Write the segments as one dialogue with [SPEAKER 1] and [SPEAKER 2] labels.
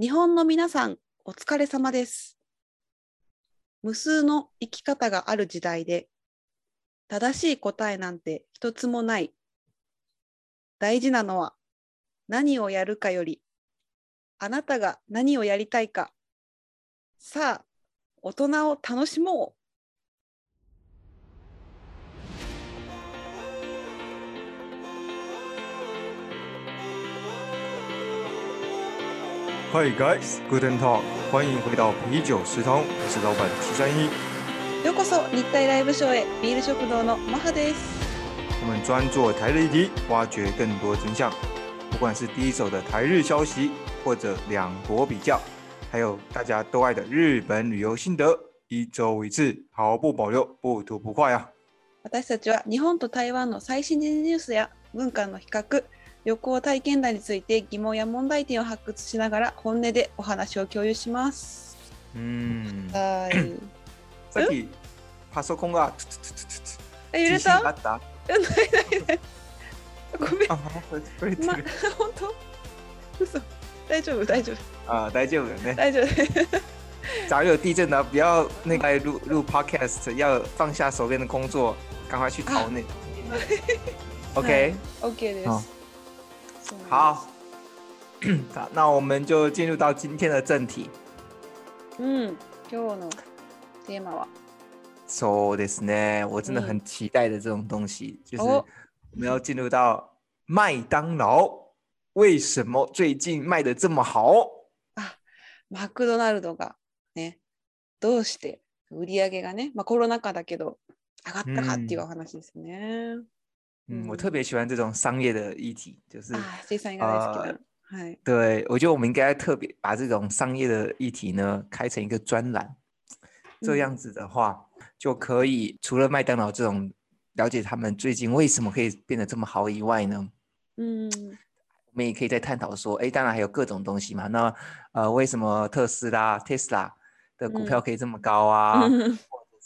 [SPEAKER 1] 日本の皆さん、お疲れ様です。無数の生き方がある時代で、正しい答えなんて一つもない。大事なのは、何をやるかより、あなたが何をやりたいか。さあ、大人を楽しもう。
[SPEAKER 2] Hey guys，Good and Talk，欢迎回到啤酒食堂，我是老板十三一。
[SPEAKER 1] ようこそ日体ライブショーへビール食堂のマハです。
[SPEAKER 2] 我们专做台日议题，挖掘更多真相，不管是第一手的台日消息，或者两国比较，还有大家都爱的日本旅游心得，一周一次，毫不保留，不吐不快啊！
[SPEAKER 1] 私たちは日本と台湾の最新ニュースや文化の比較、旅行体験談について疑問や問題点を発掘しながら本音でお話を共有します。
[SPEAKER 2] うん。
[SPEAKER 1] はい。
[SPEAKER 2] さっきパソコンがつつつつつつ
[SPEAKER 1] え、揺れ
[SPEAKER 2] 地震が
[SPEAKER 1] た
[SPEAKER 2] あった？
[SPEAKER 1] えないないない。 ごめ
[SPEAKER 2] あ、触れて
[SPEAKER 1] ん。
[SPEAKER 2] る。
[SPEAKER 1] ま、本当嘘。大丈夫、大丈夫、
[SPEAKER 2] あ、大丈夫だよね。
[SPEAKER 1] 大丈夫。
[SPEAKER 2] 早有地震了，不要那个 录录 podcast，要放下手边的工作，赶快去
[SPEAKER 1] 啊
[SPEAKER 2] 逃难。OK，
[SPEAKER 1] OK で
[SPEAKER 2] 好
[SPEAKER 1] す。そうなんです
[SPEAKER 2] 好。 好，那我们就进入到今天的正题。
[SPEAKER 1] うん。今日のテーマは。
[SPEAKER 2] そうですね，我真的很期待的这种东西，就是
[SPEAKER 1] 哦
[SPEAKER 2] 我们要进入到麦当劳为什么最近卖的这么好？
[SPEAKER 1] マクドナルドがね、どうして売り上げがね、まあ、コロナ禍だけど上がったかっていうお話ですね。
[SPEAKER 2] 嗯，
[SPEAKER 1] 嗯啊
[SPEAKER 2] 我特别喜欢这种商业的议题，就是
[SPEAKER 1] ああ、生産が大好きな。はい。
[SPEAKER 2] 对，我觉得我们应该特别把这种商业的议题呢开成一个专栏，这
[SPEAKER 1] 嗯
[SPEAKER 2] 样子的话、就可以除了麦当劳这种了解他们最近为什么可以变得这么好以外呢，
[SPEAKER 1] うん。
[SPEAKER 2] 我们也可以再探讨说，哎，当然还有各种东西嘛。那呃，为什么特斯拉 Tesla 的股票可以这么高啊？
[SPEAKER 1] 嗯
[SPEAKER 2] 或者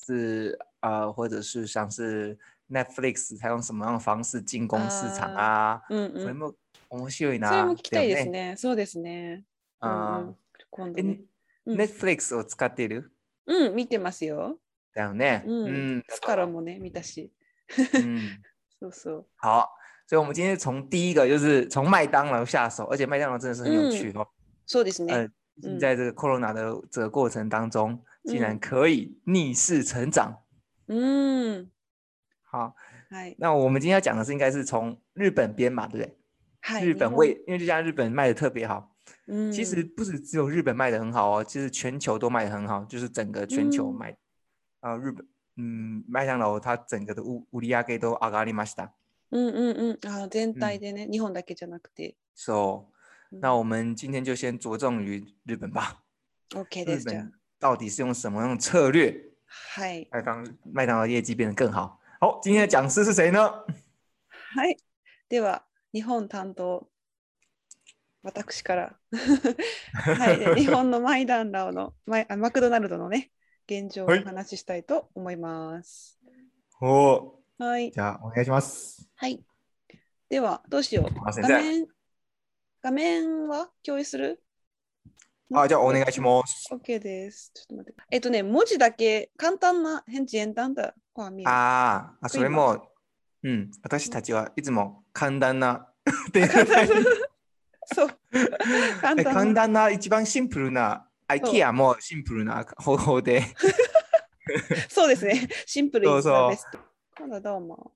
[SPEAKER 2] 是呃，或者是像是 Netflix 它用什么样的方式进攻市场啊？
[SPEAKER 1] うん
[SPEAKER 2] それ
[SPEAKER 1] うん。
[SPEAKER 2] も面白いな。
[SPEAKER 1] それも聞きたいです
[SPEAKER 2] だよ。
[SPEAKER 1] ね。そうですね。うん
[SPEAKER 2] あー
[SPEAKER 1] うん今度
[SPEAKER 2] え
[SPEAKER 1] ね。うん
[SPEAKER 2] Netflix を使っている
[SPEAKER 1] うん、見てますよ。
[SPEAKER 2] だよね。
[SPEAKER 1] うん
[SPEAKER 2] 嗯，
[SPEAKER 1] スカラもね、見たし。
[SPEAKER 2] 嗯，
[SPEAKER 1] そうそう。
[SPEAKER 2] 好。所以，我们今天从第一个就是从麦当劳下手，而且麦当劳真的是很有趣哦。
[SPEAKER 1] そうですね。
[SPEAKER 2] 呃
[SPEAKER 1] 嗯
[SPEAKER 2] 在这个 corona 的这个过程当中，竟然
[SPEAKER 1] 嗯
[SPEAKER 2] 可以逆势成长。
[SPEAKER 1] うん。
[SPEAKER 2] 好，
[SPEAKER 1] はい。
[SPEAKER 2] 那我们今天要讲的是，应该是从日本边嘛，对不对？
[SPEAKER 1] はい。
[SPEAKER 2] 日本为，因为这家日本卖的特别好。
[SPEAKER 1] うん
[SPEAKER 2] 其实不是只有日本卖的很好哦，其实全球都卖的很好，就是整个全球
[SPEAKER 1] 嗯
[SPEAKER 2] 卖，啊、日本，嗯，麦当劳它整个的乌乌利亚给都上がりました。
[SPEAKER 1] うんうんうん。あー全体でね、日本だけじゃなくて。
[SPEAKER 2] So
[SPEAKER 1] うん
[SPEAKER 2] 那我们今天就先着重于日本吧。
[SPEAKER 1] OK です。
[SPEAKER 2] 日
[SPEAKER 1] じゃあ
[SPEAKER 2] 本到底是用什么样的策略
[SPEAKER 1] はい。
[SPEAKER 2] 来让麦当劳业绩变得更好？好，今天的讲师是谁呢？
[SPEAKER 1] はい。では、日本担当、私 から。はいで。日本のマイダンラオのマイあマクドナルドのね、現状をお
[SPEAKER 2] はい
[SPEAKER 1] 話ししたいと思います。
[SPEAKER 2] 哦，
[SPEAKER 1] はい。
[SPEAKER 2] じゃあお願いします。
[SPEAKER 1] はい。では、どうしよう。
[SPEAKER 2] あ先
[SPEAKER 1] 画
[SPEAKER 2] 生
[SPEAKER 1] 面、画面は共有する
[SPEAKER 2] あ、じゃあお願いします。
[SPEAKER 1] ?OK です。ちょっと待って。えっとね、文字だけ簡単な返事演談だ。画面。
[SPEAKER 2] あーあ、それも、うん、私たちはいつも簡単 なで簡単
[SPEAKER 1] そう。簡 単
[SPEAKER 2] な
[SPEAKER 1] な
[SPEAKER 2] 簡単な一番シンプルな
[SPEAKER 1] そう
[SPEAKER 2] IKEA もシンプルな方法で。
[SPEAKER 1] そうですね。シンプル
[SPEAKER 2] そう
[SPEAKER 1] 一
[SPEAKER 2] そう
[SPEAKER 1] 番ベスト。今度どうも。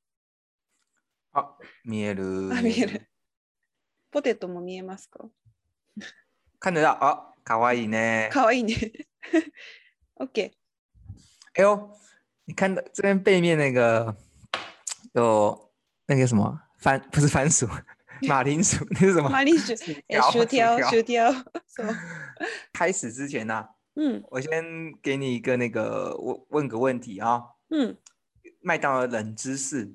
[SPEAKER 2] あ、見える。
[SPEAKER 1] あ見える。ポテトも見えますか
[SPEAKER 2] カナダ、あ、かわいいね。
[SPEAKER 1] かわいいね。OK。
[SPEAKER 2] 哎呦，你看到这边背面那个有那个什么番，不是番 薯，马铃薯，那是什么？
[SPEAKER 1] マリッシュ。
[SPEAKER 2] 薯
[SPEAKER 1] え、
[SPEAKER 2] 条
[SPEAKER 1] シューティアオ、シュ
[SPEAKER 2] 薯
[SPEAKER 1] ーティアオ。そう。
[SPEAKER 2] 开始之前呢、啊
[SPEAKER 1] うん。
[SPEAKER 2] 我先给你一个那个问问个问题啊、
[SPEAKER 1] うん。
[SPEAKER 2] 麦当劳冷知识，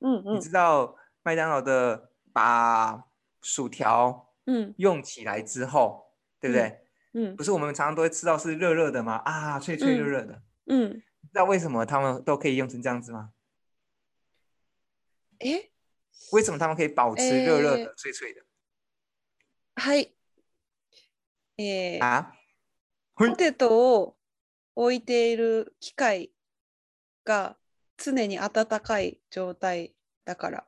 [SPEAKER 1] うん。う
[SPEAKER 2] 你
[SPEAKER 1] ん
[SPEAKER 2] 知道麦当劳的把薯条
[SPEAKER 1] うん。
[SPEAKER 2] 用起来之后，对不对？
[SPEAKER 1] うん。
[SPEAKER 2] 不是我们常常都会吃到是热热的吗？啊，脆脆热
[SPEAKER 1] 嗯
[SPEAKER 2] 热的，
[SPEAKER 1] うん。
[SPEAKER 2] 你知道为什么他们都可以用成这样子吗？
[SPEAKER 1] え
[SPEAKER 2] 为什么他们可以保持热热的、
[SPEAKER 1] 哎
[SPEAKER 2] 脆脆的
[SPEAKER 1] はい。えー
[SPEAKER 2] 啊？はい
[SPEAKER 1] ポテトを置いている機械が常に温かい状態だから。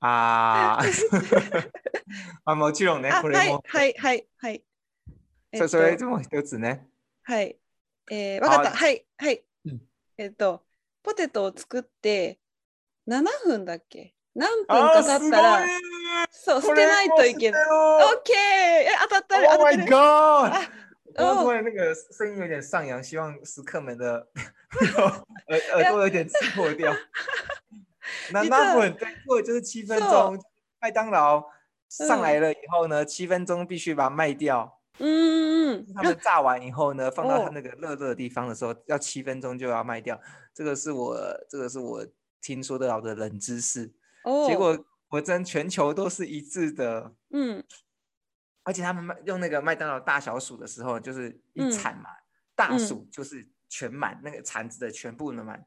[SPEAKER 2] あーあ、もちろんね、
[SPEAKER 1] あ、
[SPEAKER 2] こ
[SPEAKER 1] は
[SPEAKER 2] れ
[SPEAKER 1] い
[SPEAKER 2] も、、
[SPEAKER 1] はい、はい、はい。
[SPEAKER 2] そ
[SPEAKER 1] えっと
[SPEAKER 2] それでも一つね。
[SPEAKER 1] はい。えー、わかった。
[SPEAKER 2] あ
[SPEAKER 1] はい、はい。
[SPEAKER 2] うん
[SPEAKER 1] えっと、ポテトを作って7分だっけ何分
[SPEAKER 2] あ
[SPEAKER 1] か
[SPEAKER 2] ー
[SPEAKER 1] かっ
[SPEAKER 2] すごい
[SPEAKER 1] たら、そう、捨てないといけない。オ
[SPEAKER 2] い
[SPEAKER 1] ッケーえ、当たったる当
[SPEAKER 2] Oh
[SPEAKER 1] たってる
[SPEAKER 2] my god！
[SPEAKER 1] 啊
[SPEAKER 2] 我
[SPEAKER 1] 哦
[SPEAKER 2] 突然那个声音有点上扬，希望食客们的耳耳朵有点刺破掉。那
[SPEAKER 1] 你
[SPEAKER 2] 那
[SPEAKER 1] 这
[SPEAKER 2] 会对，或者就是七分
[SPEAKER 1] 是哦
[SPEAKER 2] 钟，麦当劳上
[SPEAKER 1] 嗯
[SPEAKER 2] 来了以后呢，七分钟必须把它卖掉。
[SPEAKER 1] うんうん
[SPEAKER 2] 他们炸完以后呢，放到
[SPEAKER 1] 哦
[SPEAKER 2] 它那个热热的地方的时候，要七分钟就要卖掉。这个是我这个是我听说得到的冷知识。
[SPEAKER 1] お
[SPEAKER 2] 结
[SPEAKER 1] ー
[SPEAKER 2] 果果真全球都是一致的，
[SPEAKER 1] うん
[SPEAKER 2] 而且他们麦用那个麦当劳大小数的时候，就是一
[SPEAKER 1] 嗯
[SPEAKER 2] 铲嘛，大
[SPEAKER 1] 嗯
[SPEAKER 2] 数就是全满，那个铲子的全部的满，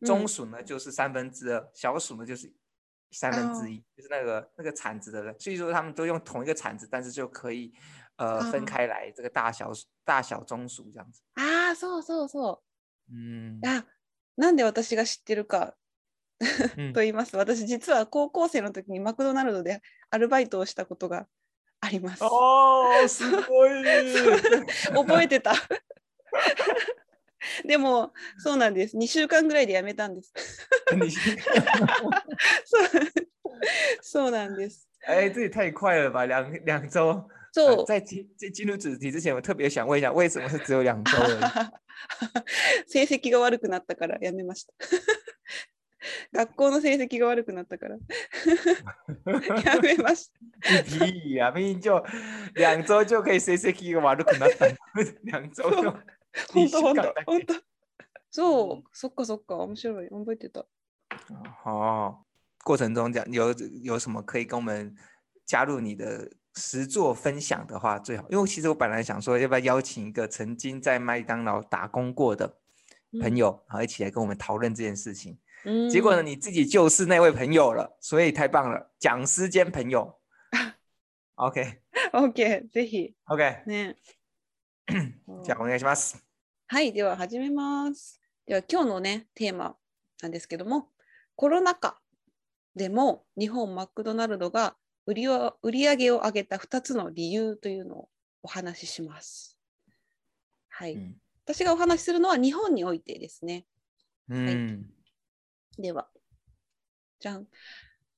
[SPEAKER 1] 嗯
[SPEAKER 2] 中数呢就是三分之二，小数呢就是三分之一，
[SPEAKER 1] 哦
[SPEAKER 2] 就是那个那个铲子的人。所以说他们都用同一个铲子，但是就可以呃分
[SPEAKER 1] 哦
[SPEAKER 2] 开来这个大小数大小中数这样子。
[SPEAKER 1] ああ、そうそうそう。
[SPEAKER 2] 嗯
[SPEAKER 1] あなんで私が知ってるか
[SPEAKER 2] 嗯
[SPEAKER 1] と言います私実は高校生の時にマクドナルドでアルバイトをしたことがあります
[SPEAKER 2] 哦，すごい。
[SPEAKER 1] 覚えてた でもそうなんです2週間ぐらいで辞めたんです
[SPEAKER 2] 你 是
[SPEAKER 1] そうそうなんです
[SPEAKER 2] 哎，这也太快了吧，两两周。
[SPEAKER 1] そう、
[SPEAKER 2] 呃在进进进入主题之前，我特别想问一下，为什么是只有两周而已？
[SPEAKER 1] 成績が悪くなったからやめました。 学校の成績が悪くなった からやめました。
[SPEAKER 2] 屁呀、啊明明就两周就可以 C C K 玩都可能等 两周就
[SPEAKER 1] そう 本当本当本
[SPEAKER 2] 你
[SPEAKER 1] 当。そう、そっかそっか、面白い、覚えてた。
[SPEAKER 2] 哦。过程中讲有有什么可以跟我们加入你的实作分享的话最好，因为其实我本来想说要不要邀请一个曾经在麦当劳打工过的
[SPEAKER 1] 嗯
[SPEAKER 2] 朋友，然后一起来跟我们讨论这件事情。
[SPEAKER 1] うん
[SPEAKER 2] 结果呢，你自己就是那位朋友了，所以太棒了，讲师兼朋友。OK
[SPEAKER 1] OK、ぜひ。
[SPEAKER 2] OK，
[SPEAKER 1] ね。
[SPEAKER 2] じゃあお願いします。
[SPEAKER 1] はい、では始めます。では今日のね、テーマなんですけども、コロナ禍でも日本マクドナルドが売りを売り上げを上げた2つの理由というのをお話しします。はい、
[SPEAKER 2] 嗯
[SPEAKER 1] 私がお話しするのは日本においてですね。
[SPEAKER 2] 嗯。
[SPEAKER 1] では、じゃん。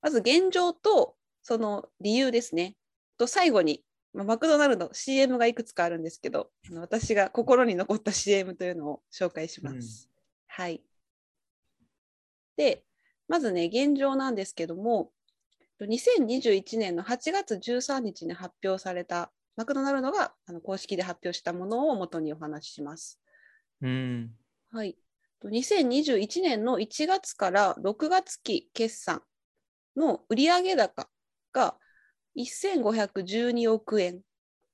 [SPEAKER 1] まず現状とその理由ですね。と最後に、まあマクドナルド CM がいくつかあるんですけど、あの私が心に残った CM というのを紹介します。はい。で、まずね、現状なんですけども、2021年の8月13日に発表された、マクドナルドがあの公式で発表したものを元にお話しします。
[SPEAKER 2] 嗯
[SPEAKER 1] はい。と2021年の1月から6月期決算の売上高が1512億円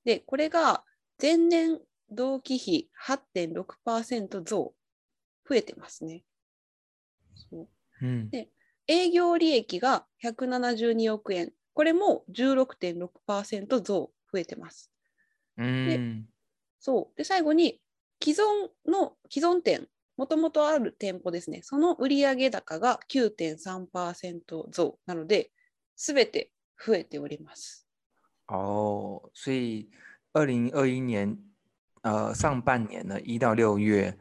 [SPEAKER 1] で、これが前年同期比8.6%増、増えてますね。そう
[SPEAKER 2] 嗯
[SPEAKER 1] 営業利益が172億円、これも16.6%増、増えてます。
[SPEAKER 2] 嗯
[SPEAKER 1] そう。で、最後に、既存の、既存店、もともとある店舗ですね、その売上高が9.3%増なので、すべて増えております。
[SPEAKER 2] 哦，所以二零二一年呃上半年呢，一到六月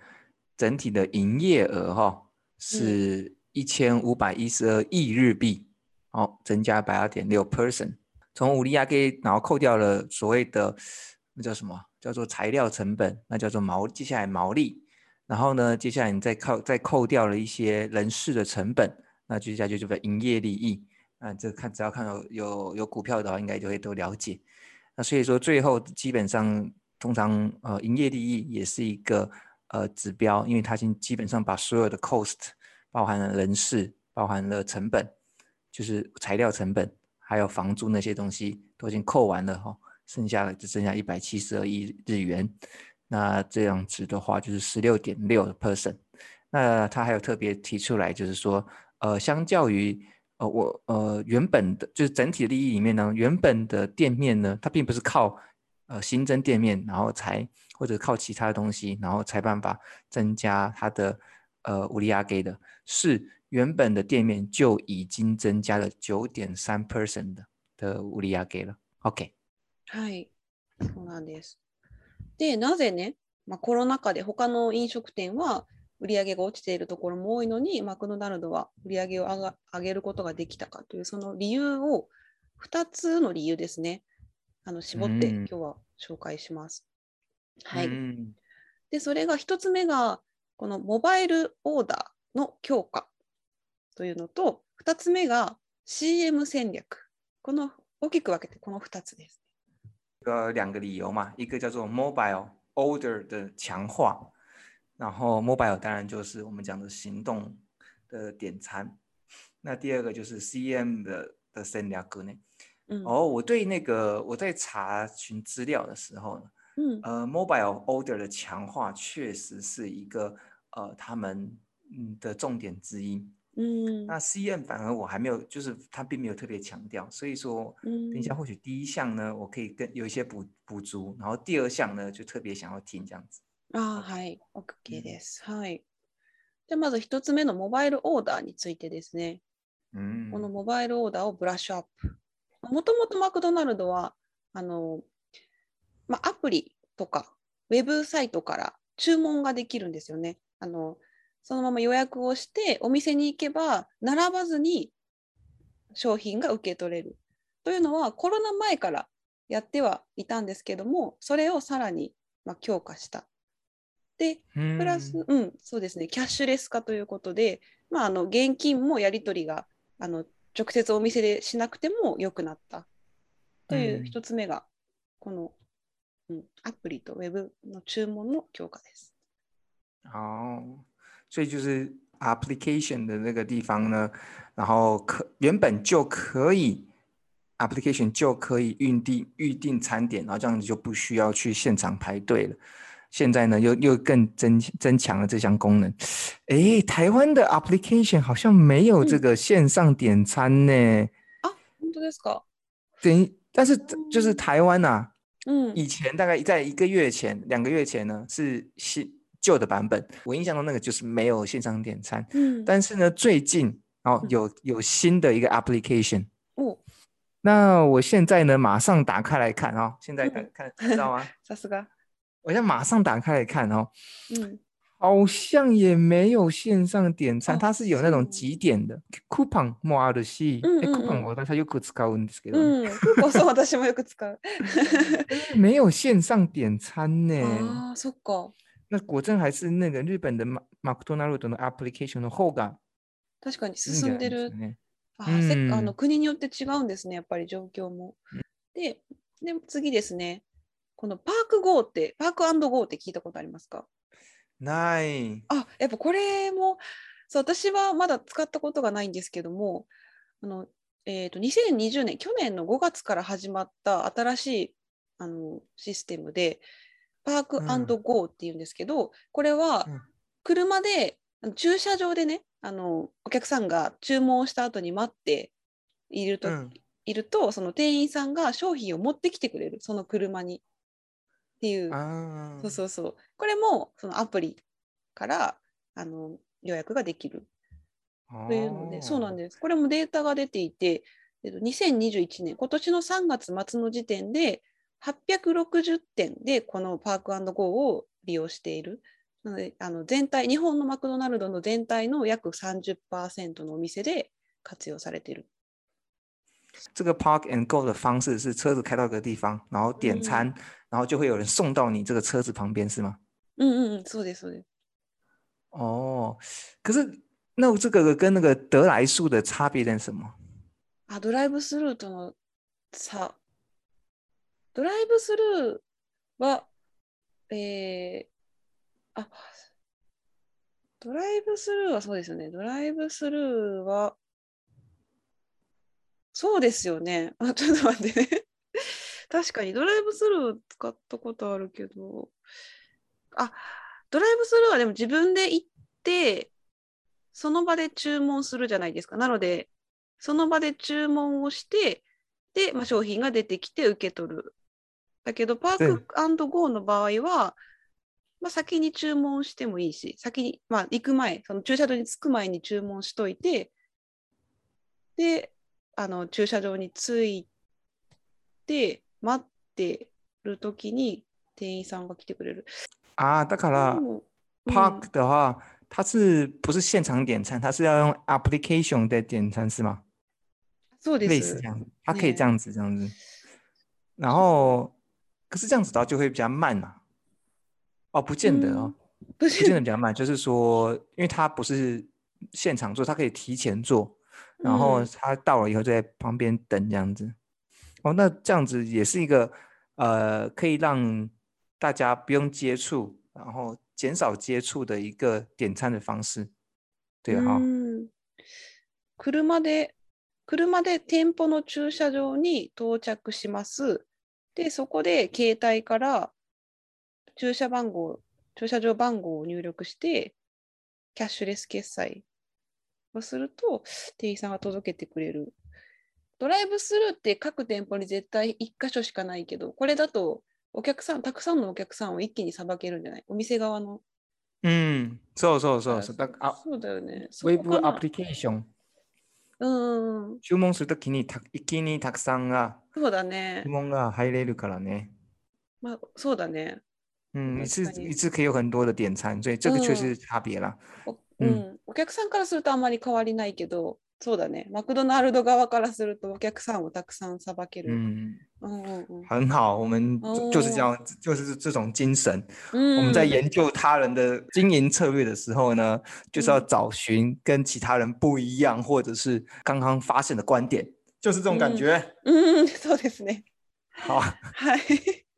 [SPEAKER 2] 整体的营业额哈、是一千五百一十二亿日币，哦，增加百二点六 percent。从五利亚给然后扣掉了所谓的那叫什么叫做材料成本，那叫做毛，接下来毛利，然后呢，接下来你再扣再扣掉了一些人事的成本，那接下来就是营业利益。啊，这看只要看有有有股票的话，应该就会都了解。那所以说，最后基本上通常呃，营业利益也是一个呃指标，因为它已经基本上把所有的 cost 包含了人事，包含了成本，就是材料成本，还有房租那些东西都已经扣完了哈、剩下的只剩下一百七十二亿日元。那这样子的话，就是十六点六 percent。那他还有特别提出来，就是说，呃，相较于呃，我呃原本的就是整体的利益里面呢，原本的店面呢，它并不是靠呃新增店面，然后才或者靠其他东西，然后才办法增加它的呃五利亚给的，是原本的店面就已经增加了九点三 percent 的的五利亚给了。OK，
[SPEAKER 1] はい、そうなんです。で、なぜね、まあ、コロナ禍で他の飲食店は売り上げが落ちているところも多いのに、マクドナルドは売り上げを上が上げることができたかという、その理由を2つの理由ですね、あの絞って
[SPEAKER 2] うん
[SPEAKER 1] 今日は紹介します。はい。
[SPEAKER 2] 嗯
[SPEAKER 1] で、それが1つ目が、このモバイルオーダーの強化というのと、2つ目が CM 戦略。この大きく分けてこの2つです。
[SPEAKER 2] 呃两个理由嘛，一个叫做 mobile order 的强化，然后 mobile 当然就是我们讲的行动的点餐，那第二个就是 CM 的的三两个呢。
[SPEAKER 1] うん
[SPEAKER 2] 哦，我对那个我在查询资料的时候呢，
[SPEAKER 1] うん
[SPEAKER 2] 呃，mobile order 的强化确实是一个呃他们嗯的重点之一。
[SPEAKER 1] うん
[SPEAKER 2] 那 CM 反而我还没有，就是它并没有特别强调，所以说等
[SPEAKER 1] 嗯
[SPEAKER 2] 一下或许第一项呢，我可以跟有一些补补足，然后第二项呢就特别想要听这样子。
[SPEAKER 1] あーはい、OK です。はい。じゃあまず1つ目のモバイルオーダーについてですね。
[SPEAKER 2] 嗯
[SPEAKER 1] このモバイルオーダーをブラッシュアップ。もともとマクドナルドは、あの、まあ、アプリとか、ウェブサイトから注文ができるんですよね。あの、そのまま予約をして、お店に行けば、並ばずに商品が受け取れる。というのは、コロナ前からやってはいたんですけども、それをさらに、まあ、強化した。で、プラス、うん、そうですね、キャッシュレス化ということで、まあ、あの現金もやり取りがあの直接お店でしなくても良くなったとい
[SPEAKER 2] うん
[SPEAKER 1] う一つ目が、この、うん、アプリとウェブの注文の強化です。
[SPEAKER 2] 哦，所以就是 application 的那个地方呢，然后可原本就可以 application 就可以预定预定餐点，然后这样子就不需要去现场排队了。现在呢，又又更增增强了这项功能。诶，台湾的 application 好像没有这
[SPEAKER 1] 嗯
[SPEAKER 2] 个线上点餐呢。
[SPEAKER 1] 本当ですか、
[SPEAKER 2] 等于，但是就是
[SPEAKER 1] 嗯
[SPEAKER 2] 台湾呐、啊，
[SPEAKER 1] うん、
[SPEAKER 2] 以前大概在一个月前、两个月前呢，是新旧的版本。我印象中那个就是没有线上点餐，
[SPEAKER 1] うん、
[SPEAKER 2] 但是呢，最近哦
[SPEAKER 1] 嗯
[SPEAKER 2] 有有新的一个 application。
[SPEAKER 1] お
[SPEAKER 2] 那我现在呢，马上打开来看哦。现在 打
[SPEAKER 1] 嗯
[SPEAKER 2] 看知道吗？
[SPEAKER 1] さすが。
[SPEAKER 2] 我现在马上打开来看哦，
[SPEAKER 1] うん、
[SPEAKER 2] 好像也没有线上点餐，
[SPEAKER 1] 哦
[SPEAKER 2] 它是有那
[SPEAKER 1] 是
[SPEAKER 2] 种
[SPEAKER 1] 吗
[SPEAKER 2] 几点的 coupon もあるし、
[SPEAKER 1] 嗯嗯
[SPEAKER 2] 诶哎 coupon
[SPEAKER 1] 嗯
[SPEAKER 2] 我大家よく使うんですけど、
[SPEAKER 1] うん、結構そう、私もよく使 う。
[SPEAKER 2] 没有线上点餐呢。
[SPEAKER 1] ああ、そっか。
[SPEAKER 2] 那果真还是那个日本的ママクドナルドのアプリケーションの方が
[SPEAKER 1] 確かに
[SPEAKER 2] いいんじゃ
[SPEAKER 1] 進
[SPEAKER 2] なんい
[SPEAKER 1] で
[SPEAKER 2] で
[SPEAKER 1] る
[SPEAKER 2] すかね。
[SPEAKER 1] あーせっ
[SPEAKER 2] うん
[SPEAKER 1] あの国によって違うんですね、やっぱり状況も。で、で次ですね、このパーク GO って、パーク &GO って聞いたことありますか
[SPEAKER 2] ない。
[SPEAKER 1] あ、やっぱこれも、そう私はまだ使ったことがないんですけども、あのえー、と2020年、去年の5月から始まった新しいあのシステムで、パーク
[SPEAKER 2] うん
[SPEAKER 1] &GO っていうんですけど、これは
[SPEAKER 2] うん
[SPEAKER 1] 車で、あの駐車場でねあの、お客さんが注文をした後に待っていると、
[SPEAKER 2] うん。
[SPEAKER 1] いると、その店員さんが商品を持ってきてくれる、その車に。っていう、
[SPEAKER 2] あ
[SPEAKER 1] そうそうそう。これもそのアプリからあの予約ができるというので、そうなん
[SPEAKER 2] で
[SPEAKER 1] です。これもデータが出ていて、えっと2021年、今年の3月末の時点で、860店でこのパーク &GO を利用している。なので、あの全体、日本のマクドナルドの全体の約30%のお店で活用されている。
[SPEAKER 2] 这个 Park and Go 的方式是车子开到一个地方，然后点
[SPEAKER 1] 嗯
[SPEAKER 2] 餐，然后就会有人送到你这个车子旁边，是吗？
[SPEAKER 1] うんうんうん、そうです、そうです。
[SPEAKER 2] 哦，可是那这个跟那个得来速的差别在什么？
[SPEAKER 1] あ、ドライブスルーとの差。ドライブスルーは、えー、あ、ドライブスルーはそうですよね。ドライブスルーは、そうですよね。あ、ちょっと待ってね。確かにドライブスルー使ったことあるけど、あ、ドライブスルーはでも自分で行って、その場で注文するじゃないですか。なので、その場で注文をして、で、まあ、商品が出てきて受け取る。だけど、パークゴーの場合は、まあ、先に注文してもいいし、先に、まあ、行く前、その駐車場に着く前に注文しといて、で、あの駐車場に着いて、待ってる時に店員さんが来てくれる。
[SPEAKER 2] 啊，だから、
[SPEAKER 1] うん
[SPEAKER 2] Park 的话，它是不是现场点餐？它是要用 application 的点餐是吗？
[SPEAKER 1] そうで
[SPEAKER 2] 类似
[SPEAKER 1] す
[SPEAKER 2] 这。样子，它可以这
[SPEAKER 1] 嗯
[SPEAKER 2] 样子，这样子。然后，可是这样子的话就会比较慢嘛。哦，不见得哦，
[SPEAKER 1] 不
[SPEAKER 2] 不 见得比较慢，就是说，因为它不是现场做，它可以提前做，然后
[SPEAKER 1] 嗯
[SPEAKER 2] 它到了以后就在旁边等这样子。哦，那这样子也是一个呃，可以让大家不用接触，然后减少接触的一个点餐的方式，对
[SPEAKER 1] う
[SPEAKER 2] 哈、哦。
[SPEAKER 1] ん車で、車で店舗の駐車場に到着します。で、そこで携帯から駐車番号、駐車場番号を入力して、キャッシュレス決済をすると、店員さんが届けてくれる。ドライブスルーって各店舗に絶対1箇所しかないけど、これだとお客さん、たくさんのお客さんを一気にさばけるんじゃないお店側の。
[SPEAKER 2] 嗯，そうそうそうそう。
[SPEAKER 1] だ
[SPEAKER 2] だ
[SPEAKER 1] か
[SPEAKER 2] あ
[SPEAKER 1] ら、そうだよね。そ
[SPEAKER 2] ウェ
[SPEAKER 1] こ
[SPEAKER 2] ブ
[SPEAKER 1] か
[SPEAKER 2] ア
[SPEAKER 1] な
[SPEAKER 2] プリケーション。
[SPEAKER 1] うんうんうん。
[SPEAKER 2] 注文するときにた一気にたくさんが
[SPEAKER 1] そうだね
[SPEAKER 2] 注。文が入れるからね。
[SPEAKER 1] まあ、そうだね。
[SPEAKER 2] 嗯，一次
[SPEAKER 1] 確かに
[SPEAKER 2] 一次可以有很多的点餐，所以这个确实
[SPEAKER 1] 嗯
[SPEAKER 2] 是差别啦。
[SPEAKER 1] お,、
[SPEAKER 2] う
[SPEAKER 1] うんんお客さんからするとあんまり変わりないけど、そうだね。マクドナルド側からするとお客さんをたくさんさばける。
[SPEAKER 2] 嗯，
[SPEAKER 1] うんうんうん
[SPEAKER 2] 很好，我们就就是这
[SPEAKER 1] 哦嗯
[SPEAKER 2] 样，就是这种精神。我
[SPEAKER 1] う
[SPEAKER 2] 们
[SPEAKER 1] ん
[SPEAKER 2] 在研究他人的经营策略的时候呢，就是要
[SPEAKER 1] 嗯
[SPEAKER 2] 找寻跟其他人不一样，或者是刚刚发现的观点，就是这种感
[SPEAKER 1] 嗯
[SPEAKER 2] 觉。
[SPEAKER 1] うん、そうですね。
[SPEAKER 2] 好。
[SPEAKER 1] はい。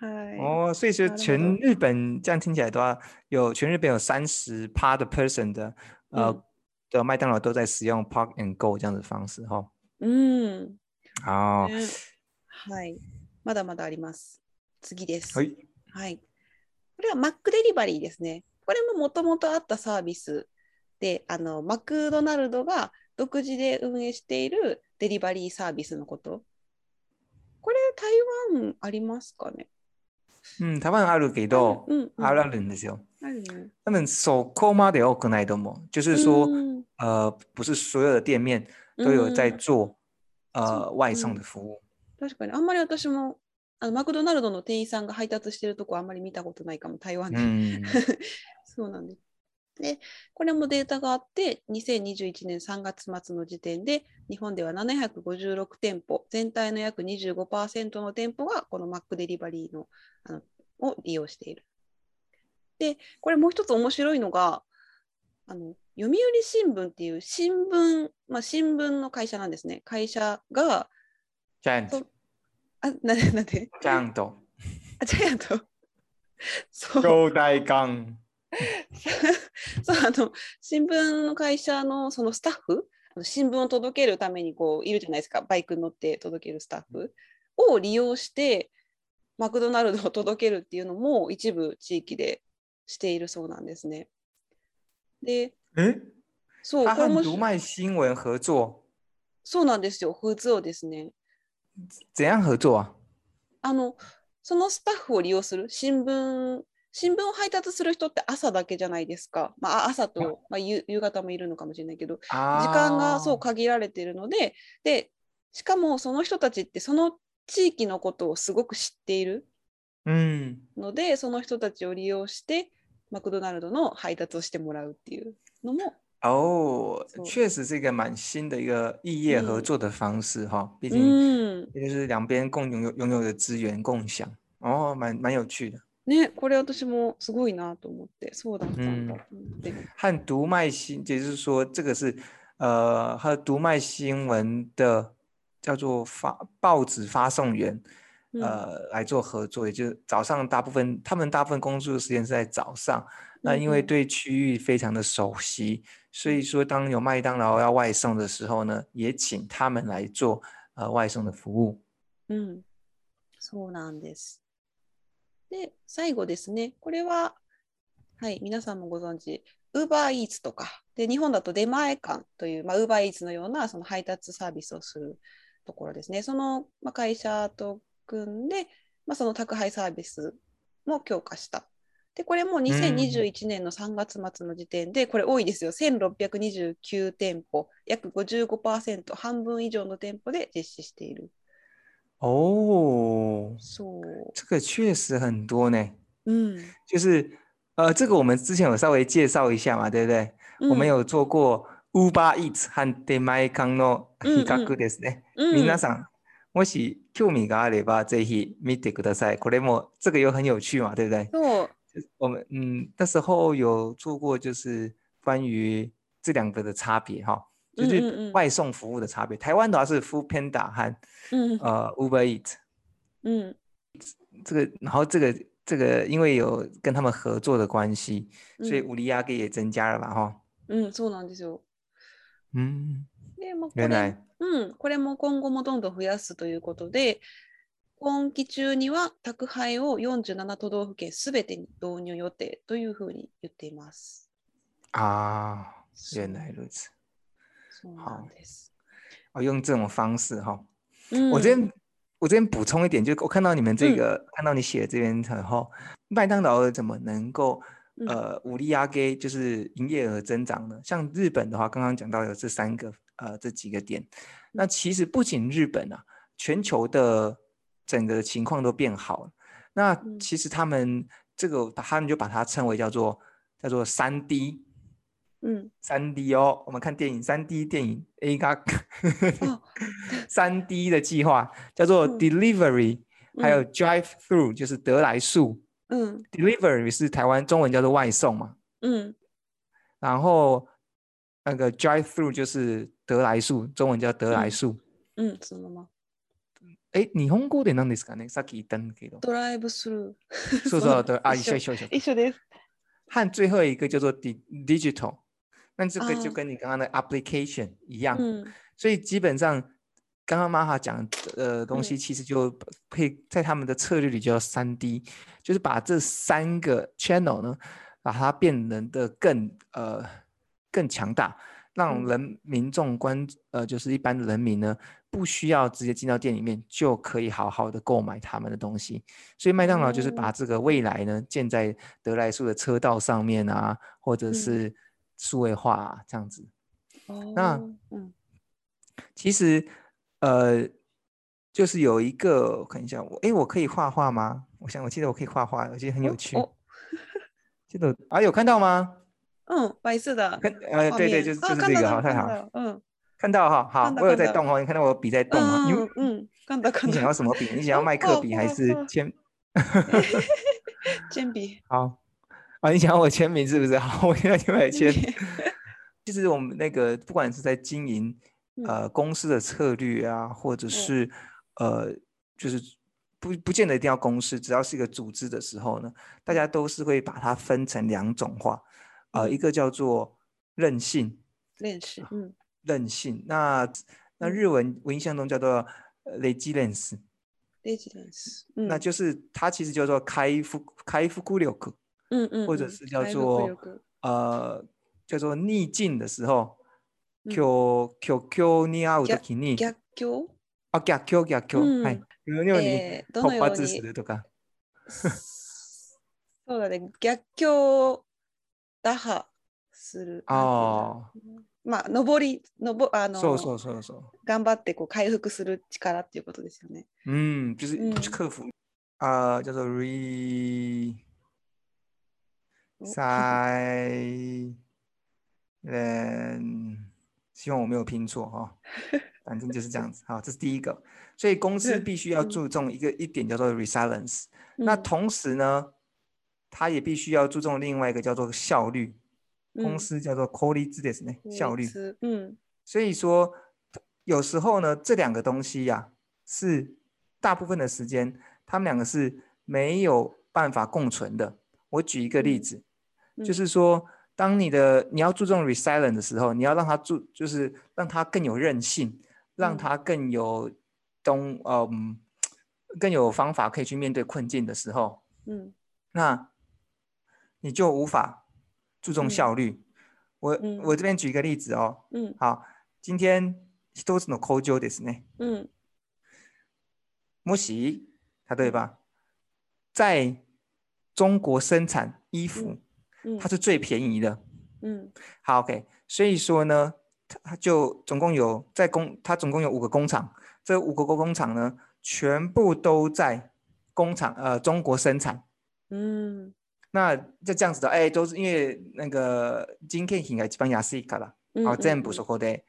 [SPEAKER 1] はい。
[SPEAKER 2] 哦，所以说
[SPEAKER 1] なるほ
[SPEAKER 2] 全
[SPEAKER 1] ど
[SPEAKER 2] 日本这样听起来的话，有全日本有三十趴的 person 的呃、
[SPEAKER 1] 嗯
[SPEAKER 2] 的麦当劳都在使用 Park and Go 这样的方式哈、哦。
[SPEAKER 1] うん、
[SPEAKER 2] 好，
[SPEAKER 1] ねはい。まだまだあります。次です。
[SPEAKER 2] 嘿，
[SPEAKER 1] はい。これはマックデリバリーですね。これももともとあったサービスで、あの、マクドナルドが独自で運営しているデリバリーサービスのこと。これ、台湾ありますかね
[SPEAKER 2] 嗯、台湾あるけど、
[SPEAKER 1] うんうん、
[SPEAKER 2] あるあるんですよ。
[SPEAKER 1] あるね。
[SPEAKER 2] 他们そこまで多くないと思う，就是说、
[SPEAKER 1] うん
[SPEAKER 2] 呃，不是所有的店面都有在
[SPEAKER 1] うん
[SPEAKER 2] 做、呃
[SPEAKER 1] そう
[SPEAKER 2] 外送的
[SPEAKER 1] 嗯
[SPEAKER 2] 服务。
[SPEAKER 1] 確かに、あんまり私もあのマクドナルドの店員さんが配達してるとこあんまり見たことないかも、台湾で。
[SPEAKER 2] 嗯
[SPEAKER 1] そうなんです。で、これもデータがあって、2021年3月末の時点で、日本では756店舗、全体の約25%の店舗がこのマックデリバリーのあのを利用している。で、これもう一つ面白いのが、あの読売新聞っていう新聞、まあ、新聞の会社なんですね。会社が、
[SPEAKER 2] 这样子
[SPEAKER 1] そうあ、ななんで
[SPEAKER 2] 这样的
[SPEAKER 1] あ、ジャイアント。そう。
[SPEAKER 2] 够带刚。
[SPEAKER 1] そうあの新聞の会社のそのスタッフあの新聞を届けるためにこういるじゃないですかバイクに乗って届けるスタッフを利用してマクドナルドを届けるっていうのも一部地域でしているそうなんですね。で
[SPEAKER 2] 诶，
[SPEAKER 1] そう
[SPEAKER 2] 他
[SPEAKER 1] これ
[SPEAKER 2] 和
[SPEAKER 1] も
[SPEAKER 2] 读卖新闻合作，
[SPEAKER 1] そうなんですよ普通をですね
[SPEAKER 2] 怎样合作啊？
[SPEAKER 1] あのそのスタッフを利用する新聞新聞を配達する人って朝だけじゃないですか、まあ、あ朝と、まあ、夕夕方もいるのかもしれないけど時間がそう
[SPEAKER 2] あー
[SPEAKER 1] 限られているのででしかもその人たちってその地域のことをすごく知っている
[SPEAKER 2] うん。
[SPEAKER 1] のでその人たちを利用してマクドナルドの配達をしてもらうっていうのも、
[SPEAKER 2] 哦
[SPEAKER 1] そう，
[SPEAKER 2] 确实是一个蛮新的一个异业合
[SPEAKER 1] 嗯
[SPEAKER 2] 作的方式哈、毕
[SPEAKER 1] う
[SPEAKER 2] 竟
[SPEAKER 1] ん
[SPEAKER 2] 也就是两边共拥有拥有的资源共享，哦，蛮蛮有趣的。
[SPEAKER 1] ね、これ私もすごいなと思ってそうだったんだと思って。
[SPEAKER 2] 和读卖新，也就是说这个是呃和读卖新闻的叫做发报纸发送员，
[SPEAKER 1] うん
[SPEAKER 2] 呃来做合作，也就是早上大部分他们大部分工作的时间是在早上，那因为
[SPEAKER 1] 嗯嗯
[SPEAKER 2] 对区域非常的熟悉，所以说当有麦当劳要外送的时候呢，也请他们来做呃外送的服务。
[SPEAKER 1] うん、そうなんです。で、最後ですね。これは、はい、皆さんもご存知、 Uber Eats とか、で日本だと出前館という、まあ、Uber Eats のようなその配達サービスをするところですね。その、まあ、会社と組んで、まあ、その宅配サービスも強化した。で、これも2021年の3月末の時点で、これ多いですよ、1629店舗、約55%、半分以上の店舗で実施している。
[SPEAKER 2] 哦，
[SPEAKER 1] そう。
[SPEAKER 2] 这个确实很多呢。
[SPEAKER 1] うん。
[SPEAKER 2] 就是呃，这个我们之前有稍微介绍一下嘛，对不对？
[SPEAKER 1] うん
[SPEAKER 2] 我们有做过 Uber Eats 和出前館の比較ですね。
[SPEAKER 1] うん
[SPEAKER 2] 皆さん、もし興味があれば、ぜひ見てください。これも、这个又很有趣嘛，对不对？
[SPEAKER 1] そう。
[SPEAKER 2] 就是我们嗯，那时候有做过，就是关于这两个的差别哈，就
[SPEAKER 1] 嗯嗯
[SPEAKER 2] 是
[SPEAKER 1] 嗯
[SPEAKER 2] 外送服务的差别。台湾的话是 Food Panda 和
[SPEAKER 1] うん。
[SPEAKER 2] 呃 Uber Eat，
[SPEAKER 1] うん。
[SPEAKER 2] 这个然后这个这个因为有跟他们合作的关系，所以
[SPEAKER 1] う
[SPEAKER 2] 乌利亚给也增加了嘛哈。
[SPEAKER 1] ん、うん、そうなんですよ。
[SPEAKER 2] 嗯，
[SPEAKER 1] で、まあ、これ
[SPEAKER 2] 原来
[SPEAKER 1] うん、これも今後もどんどん増やすということで、今期中には宅配を47都道府県すべてに導入予定というふうに言っています。
[SPEAKER 2] 啊，
[SPEAKER 1] そう
[SPEAKER 2] 原来如此。
[SPEAKER 1] そうなんです。
[SPEAKER 2] 哦，用这种方式哈，
[SPEAKER 1] うん
[SPEAKER 2] 我这边我这边补充一点，就我看到你们这
[SPEAKER 1] 嗯
[SPEAKER 2] 个，看到你写的这边然后，麦当劳怎么能够
[SPEAKER 1] 嗯
[SPEAKER 2] 呃五力压给就是营业额增长呢？像日本的话，刚刚讲到有这三个呃这几个点，
[SPEAKER 1] 嗯
[SPEAKER 2] 那其实不仅日本啊，全球的整个情况都变好了。那
[SPEAKER 1] 嗯
[SPEAKER 2] 其实他们这个把他们就把它称为叫做叫做三 D
[SPEAKER 1] うん、
[SPEAKER 2] 三 D 哦，我们看电影三 D 电影 A 嘎
[SPEAKER 1] 哦，
[SPEAKER 2] 三 D 的计划叫做
[SPEAKER 1] 嗯
[SPEAKER 2] Delivery，、还有
[SPEAKER 1] うん
[SPEAKER 2] Drive Through，就是得来速。
[SPEAKER 1] うん、
[SPEAKER 2] Delivery 是台湾中文叫做外送嘛，
[SPEAKER 1] うん、
[SPEAKER 2] 然后那个 Drive Through 就是得来速，中文叫得来
[SPEAKER 1] 嗯
[SPEAKER 2] 速。
[SPEAKER 1] うん、そのまま。
[SPEAKER 2] 哎、日本語で何ですかね？さっき言ったんだけど、
[SPEAKER 1] ドライブスルー。
[SPEAKER 2] そうそう、对啊，一
[SPEAKER 1] 一緒
[SPEAKER 2] 緒一緒一緒。
[SPEAKER 1] 一緒です。
[SPEAKER 2] 和最后一个叫做 di- Digital，那这个就
[SPEAKER 1] 啊嗯
[SPEAKER 2] 跟你刚刚的 Application 一样。
[SPEAKER 1] うん、
[SPEAKER 2] 所以基本上，刚刚玛哈讲的呃东西，
[SPEAKER 1] 嗯
[SPEAKER 2] 其实就配在他们的策略里叫三 D，就是把这三个 channel 呢，把它变得的更呃更强大，让
[SPEAKER 1] 嗯
[SPEAKER 2] 人民众关呃就是一般的人民呢，不需要直接进到店里面就可以好好的购买他们的东西。所以麦当劳就是把
[SPEAKER 1] 哦
[SPEAKER 2] 这个未来呢建在得来速的车道上面啊，或者
[SPEAKER 1] 嗯
[SPEAKER 2] 是数位化、啊、这样子。那
[SPEAKER 1] 哦、うん、
[SPEAKER 2] 其实，呃，就是有一个，我看一下，我诶，我可以画画吗？我想，我记得我可以画画，我觉得很有趣。
[SPEAKER 1] お
[SPEAKER 2] 记得我啊，有看到吗？
[SPEAKER 1] うん、倍数だ。
[SPEAKER 2] 看，呃，对对，就是
[SPEAKER 1] 画
[SPEAKER 2] 就
[SPEAKER 1] 面あ看
[SPEAKER 2] 是这个，
[SPEAKER 1] 到
[SPEAKER 2] 好，太好，
[SPEAKER 1] 看到うん、
[SPEAKER 2] 看到哈，好
[SPEAKER 1] 看，到
[SPEAKER 2] 我有
[SPEAKER 1] 看
[SPEAKER 2] 在
[SPEAKER 1] 到嗯
[SPEAKER 2] 动哦，你看到我笔在动吗？你
[SPEAKER 1] うん、うん、噛んだ噛ん
[SPEAKER 2] 你想要
[SPEAKER 1] だ。
[SPEAKER 2] 什么笔？你想要麦克
[SPEAKER 1] 画
[SPEAKER 2] 笔还
[SPEAKER 1] 画
[SPEAKER 2] 是
[SPEAKER 1] 画
[SPEAKER 2] 铅？
[SPEAKER 1] 準備。
[SPEAKER 2] 好啊，你想要我签名是不 是？好，我现在就来
[SPEAKER 1] 準
[SPEAKER 2] 签。
[SPEAKER 1] 備
[SPEAKER 2] 其实我们那个不管是在经营
[SPEAKER 1] 嗯
[SPEAKER 2] 呃公司的策略啊，或者
[SPEAKER 1] 嗯
[SPEAKER 2] 是呃就是不不见得一定要公司，只要是一个组织的时候呢，大家都是会把它分成两种化，
[SPEAKER 1] 嗯
[SPEAKER 2] 呃，一个叫做韧性，
[SPEAKER 1] 練習。うん。
[SPEAKER 2] 韧性，那那
[SPEAKER 1] 嗯
[SPEAKER 2] 日文我印象中叫做呃 resilience，、
[SPEAKER 1] レジデンス。うん。
[SPEAKER 2] 那就是它其实叫做开复开复固流克，
[SPEAKER 1] うんうんうん、
[SPEAKER 2] 或者是叫
[SPEAKER 1] 回復
[SPEAKER 2] 做
[SPEAKER 1] 力
[SPEAKER 2] 呃叫做逆境的时候。
[SPEAKER 1] 嗯
[SPEAKER 2] 今日、今日、今日に会うときに、
[SPEAKER 1] 逆境、
[SPEAKER 2] あ、逆境、逆境。
[SPEAKER 1] 嗯
[SPEAKER 2] はい。このように
[SPEAKER 1] えーどの
[SPEAKER 2] 突
[SPEAKER 1] よう
[SPEAKER 2] 発す
[SPEAKER 1] に
[SPEAKER 2] るとか。
[SPEAKER 1] そうだね逆境を打破する。
[SPEAKER 2] あ
[SPEAKER 1] なんていうんだろうまあ上りのぼあ
[SPEAKER 2] あ、
[SPEAKER 1] の
[SPEAKER 2] そうそうそうそ
[SPEAKER 1] 頑張ってこう回復する力っていうことですよね。
[SPEAKER 2] う。うん、嗯就是
[SPEAKER 1] うん
[SPEAKER 2] 克服。あー叫做 re
[SPEAKER 1] お
[SPEAKER 2] silent。希嗯望我没有拼错 哈、反正就是这样子。好，这是第一个。所以公 司
[SPEAKER 1] 嗯
[SPEAKER 2] 必须要
[SPEAKER 1] 嗯
[SPEAKER 2] 注重一个一点叫做 resilience。
[SPEAKER 1] うん
[SPEAKER 2] 那同时呢，它也必须要注重另外一个叫做效率，
[SPEAKER 1] 嗯
[SPEAKER 2] 公司叫做 q u a l i t ですね，
[SPEAKER 1] うん
[SPEAKER 2] 效率。
[SPEAKER 1] 効率うん
[SPEAKER 2] 所以说，有时候呢，这两个东西呀、是大部分的时间，他们两个是没有办法共存的。我举一个例
[SPEAKER 1] 嗯
[SPEAKER 2] 子，
[SPEAKER 1] 嗯
[SPEAKER 2] 就是说，当你的你要注重 resilient 的时候，你要让它注，就是让它更有韧性，让
[SPEAKER 1] 嗯
[SPEAKER 2] 它更有东，嗯，更有方法可以去面对困境的时候，
[SPEAKER 1] うん
[SPEAKER 2] 那你就无法注重效率。我
[SPEAKER 1] うん
[SPEAKER 2] 我这边举一个例子哦，
[SPEAKER 1] うん
[SPEAKER 2] 好，今天一つの工場ですね。
[SPEAKER 1] うん
[SPEAKER 2] もし例えば在中国生产衣服，
[SPEAKER 1] うん
[SPEAKER 2] 它是最便宜的。
[SPEAKER 1] うん
[SPEAKER 2] 好，OK，所以说呢，它它就总共有在工，它总共有五个工厂，这五个工厂呢，全部都在工厂呃中国生产。
[SPEAKER 1] うん
[SPEAKER 2] 那就这样子的，哎，都是因为那个今天应该一番安いから。
[SPEAKER 1] うん
[SPEAKER 2] 好，全部そこで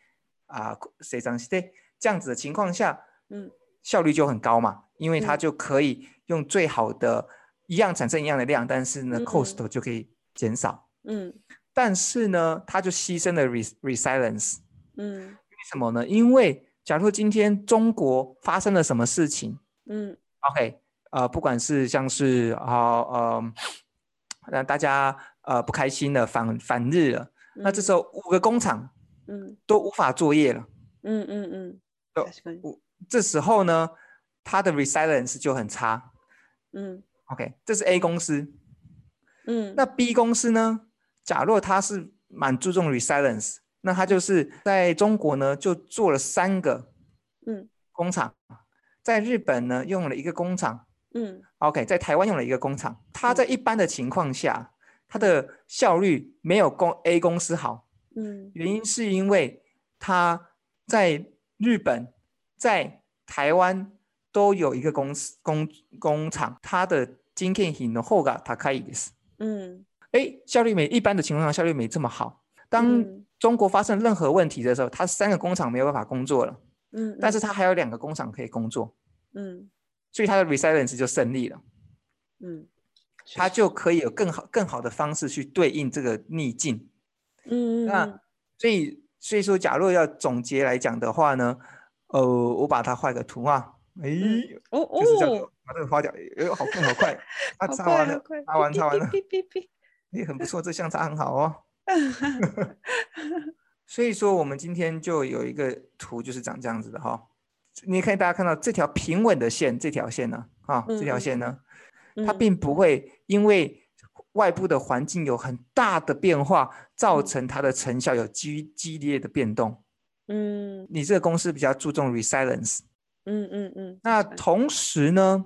[SPEAKER 2] 啊生産して这样子的情况下，
[SPEAKER 1] 嗯，
[SPEAKER 2] 效率就很高嘛，因为它
[SPEAKER 1] 嗯
[SPEAKER 2] 就可以用最好的一样产生一样的量，但是呢
[SPEAKER 1] 嗯嗯
[SPEAKER 2] ，cost 就可以减少，
[SPEAKER 1] うん
[SPEAKER 2] 但是呢，它就牺牲了 re resilience，
[SPEAKER 1] うん
[SPEAKER 2] 为什么呢？因为假如今天中国发生了什么事情
[SPEAKER 1] うん
[SPEAKER 2] ，OK，呃，不管是像是啊呃，让大家呃不开心了，反反日了，那这时候五个工厂
[SPEAKER 1] うん
[SPEAKER 2] 都无法作业了。
[SPEAKER 1] うんうんうん
[SPEAKER 2] そう
[SPEAKER 1] 確かに
[SPEAKER 2] 这时候呢，它的 resilience 就很差。
[SPEAKER 1] うん
[SPEAKER 2] OK，这是 A 公司。
[SPEAKER 1] うん
[SPEAKER 2] 那 B 公司呢？假若它是蛮注重 resilience，那它就是在中国呢就做了三个
[SPEAKER 1] うん
[SPEAKER 2] 工厂，在日本呢用了一个工厂
[SPEAKER 1] うん
[SPEAKER 2] ，OK，在台湾用了一个工厂。它在一般的情况下，它的效率没有公 A 公司好，
[SPEAKER 1] うん
[SPEAKER 2] 原因是因为它在日本、在台湾都有一个公司工工厂，它的今天品的后が高いです。
[SPEAKER 1] うん
[SPEAKER 2] 哎，效率没一般的情况下效率没这么好。当
[SPEAKER 1] うん
[SPEAKER 2] 中国发生任何问题的时候，它三个工厂没有办法工作了，
[SPEAKER 1] うん
[SPEAKER 2] 但是它还有两个工厂可以工作，
[SPEAKER 1] うん
[SPEAKER 2] 所以它的 resilience 就胜利了，
[SPEAKER 1] うん
[SPEAKER 2] 它就可以有更好更好的方式去对应这个逆境。
[SPEAKER 1] うんうん
[SPEAKER 2] 那所以所以说，假若要总结来讲的话呢，呃，我把它画一个图啊，诶，
[SPEAKER 1] 嗯お
[SPEAKER 2] 就是这样
[SPEAKER 1] お
[SPEAKER 2] 子把这个画掉，哎、好快好 快，它
[SPEAKER 1] 好
[SPEAKER 2] 擦
[SPEAKER 1] 快
[SPEAKER 2] 完
[SPEAKER 1] 好
[SPEAKER 2] 了，
[SPEAKER 1] 快
[SPEAKER 2] 擦完擦完了
[SPEAKER 1] ピピピ ピ
[SPEAKER 2] 也、很不错，这相差很好 哦。
[SPEAKER 1] ピ
[SPEAKER 2] 所以说，我们今天就有一个图，就是长这样子的哈、你可以大家看到这条平稳的线，这条线呢，啊，
[SPEAKER 1] 嗯
[SPEAKER 2] 这条
[SPEAKER 1] 嗯
[SPEAKER 2] 线呢，它
[SPEAKER 1] 嗯
[SPEAKER 2] 并不会因为外部的环境有很大的变化，造
[SPEAKER 1] 嗯
[SPEAKER 2] 成它的成效有激激烈的变动。
[SPEAKER 1] うん
[SPEAKER 2] 你这个公司比较注重 resilience，
[SPEAKER 1] うんうんうん
[SPEAKER 2] 那
[SPEAKER 1] 確か
[SPEAKER 2] 同时呢，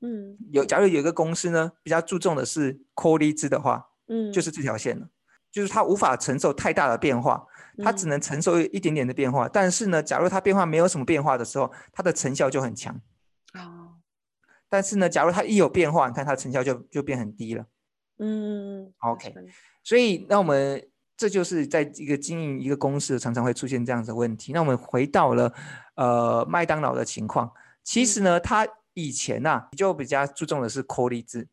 [SPEAKER 1] にうん
[SPEAKER 2] 有假如有一个公司呢比较注重的是 core 离职的话，
[SPEAKER 1] 嗯
[SPEAKER 2] 就是这条线了，就是它无法承受太大的变化，它只
[SPEAKER 1] 嗯
[SPEAKER 2] 能承受一点点的变化。但是呢，假如它变化没有什么变化的时候，它的成效就很强。
[SPEAKER 1] 啊
[SPEAKER 2] 但是呢，假如它一有变化，你看它成效就就变很低了。
[SPEAKER 1] 嗯嗯
[SPEAKER 2] OK
[SPEAKER 1] 確かに
[SPEAKER 2] 所以，那我们这就是在一个经营一个公司常常会出现这样子的问题。那我们回到了呃麦当劳的情况，其实
[SPEAKER 1] 嗯
[SPEAKER 2] 呢，它以前呐、就比较注重的是 q u a l i t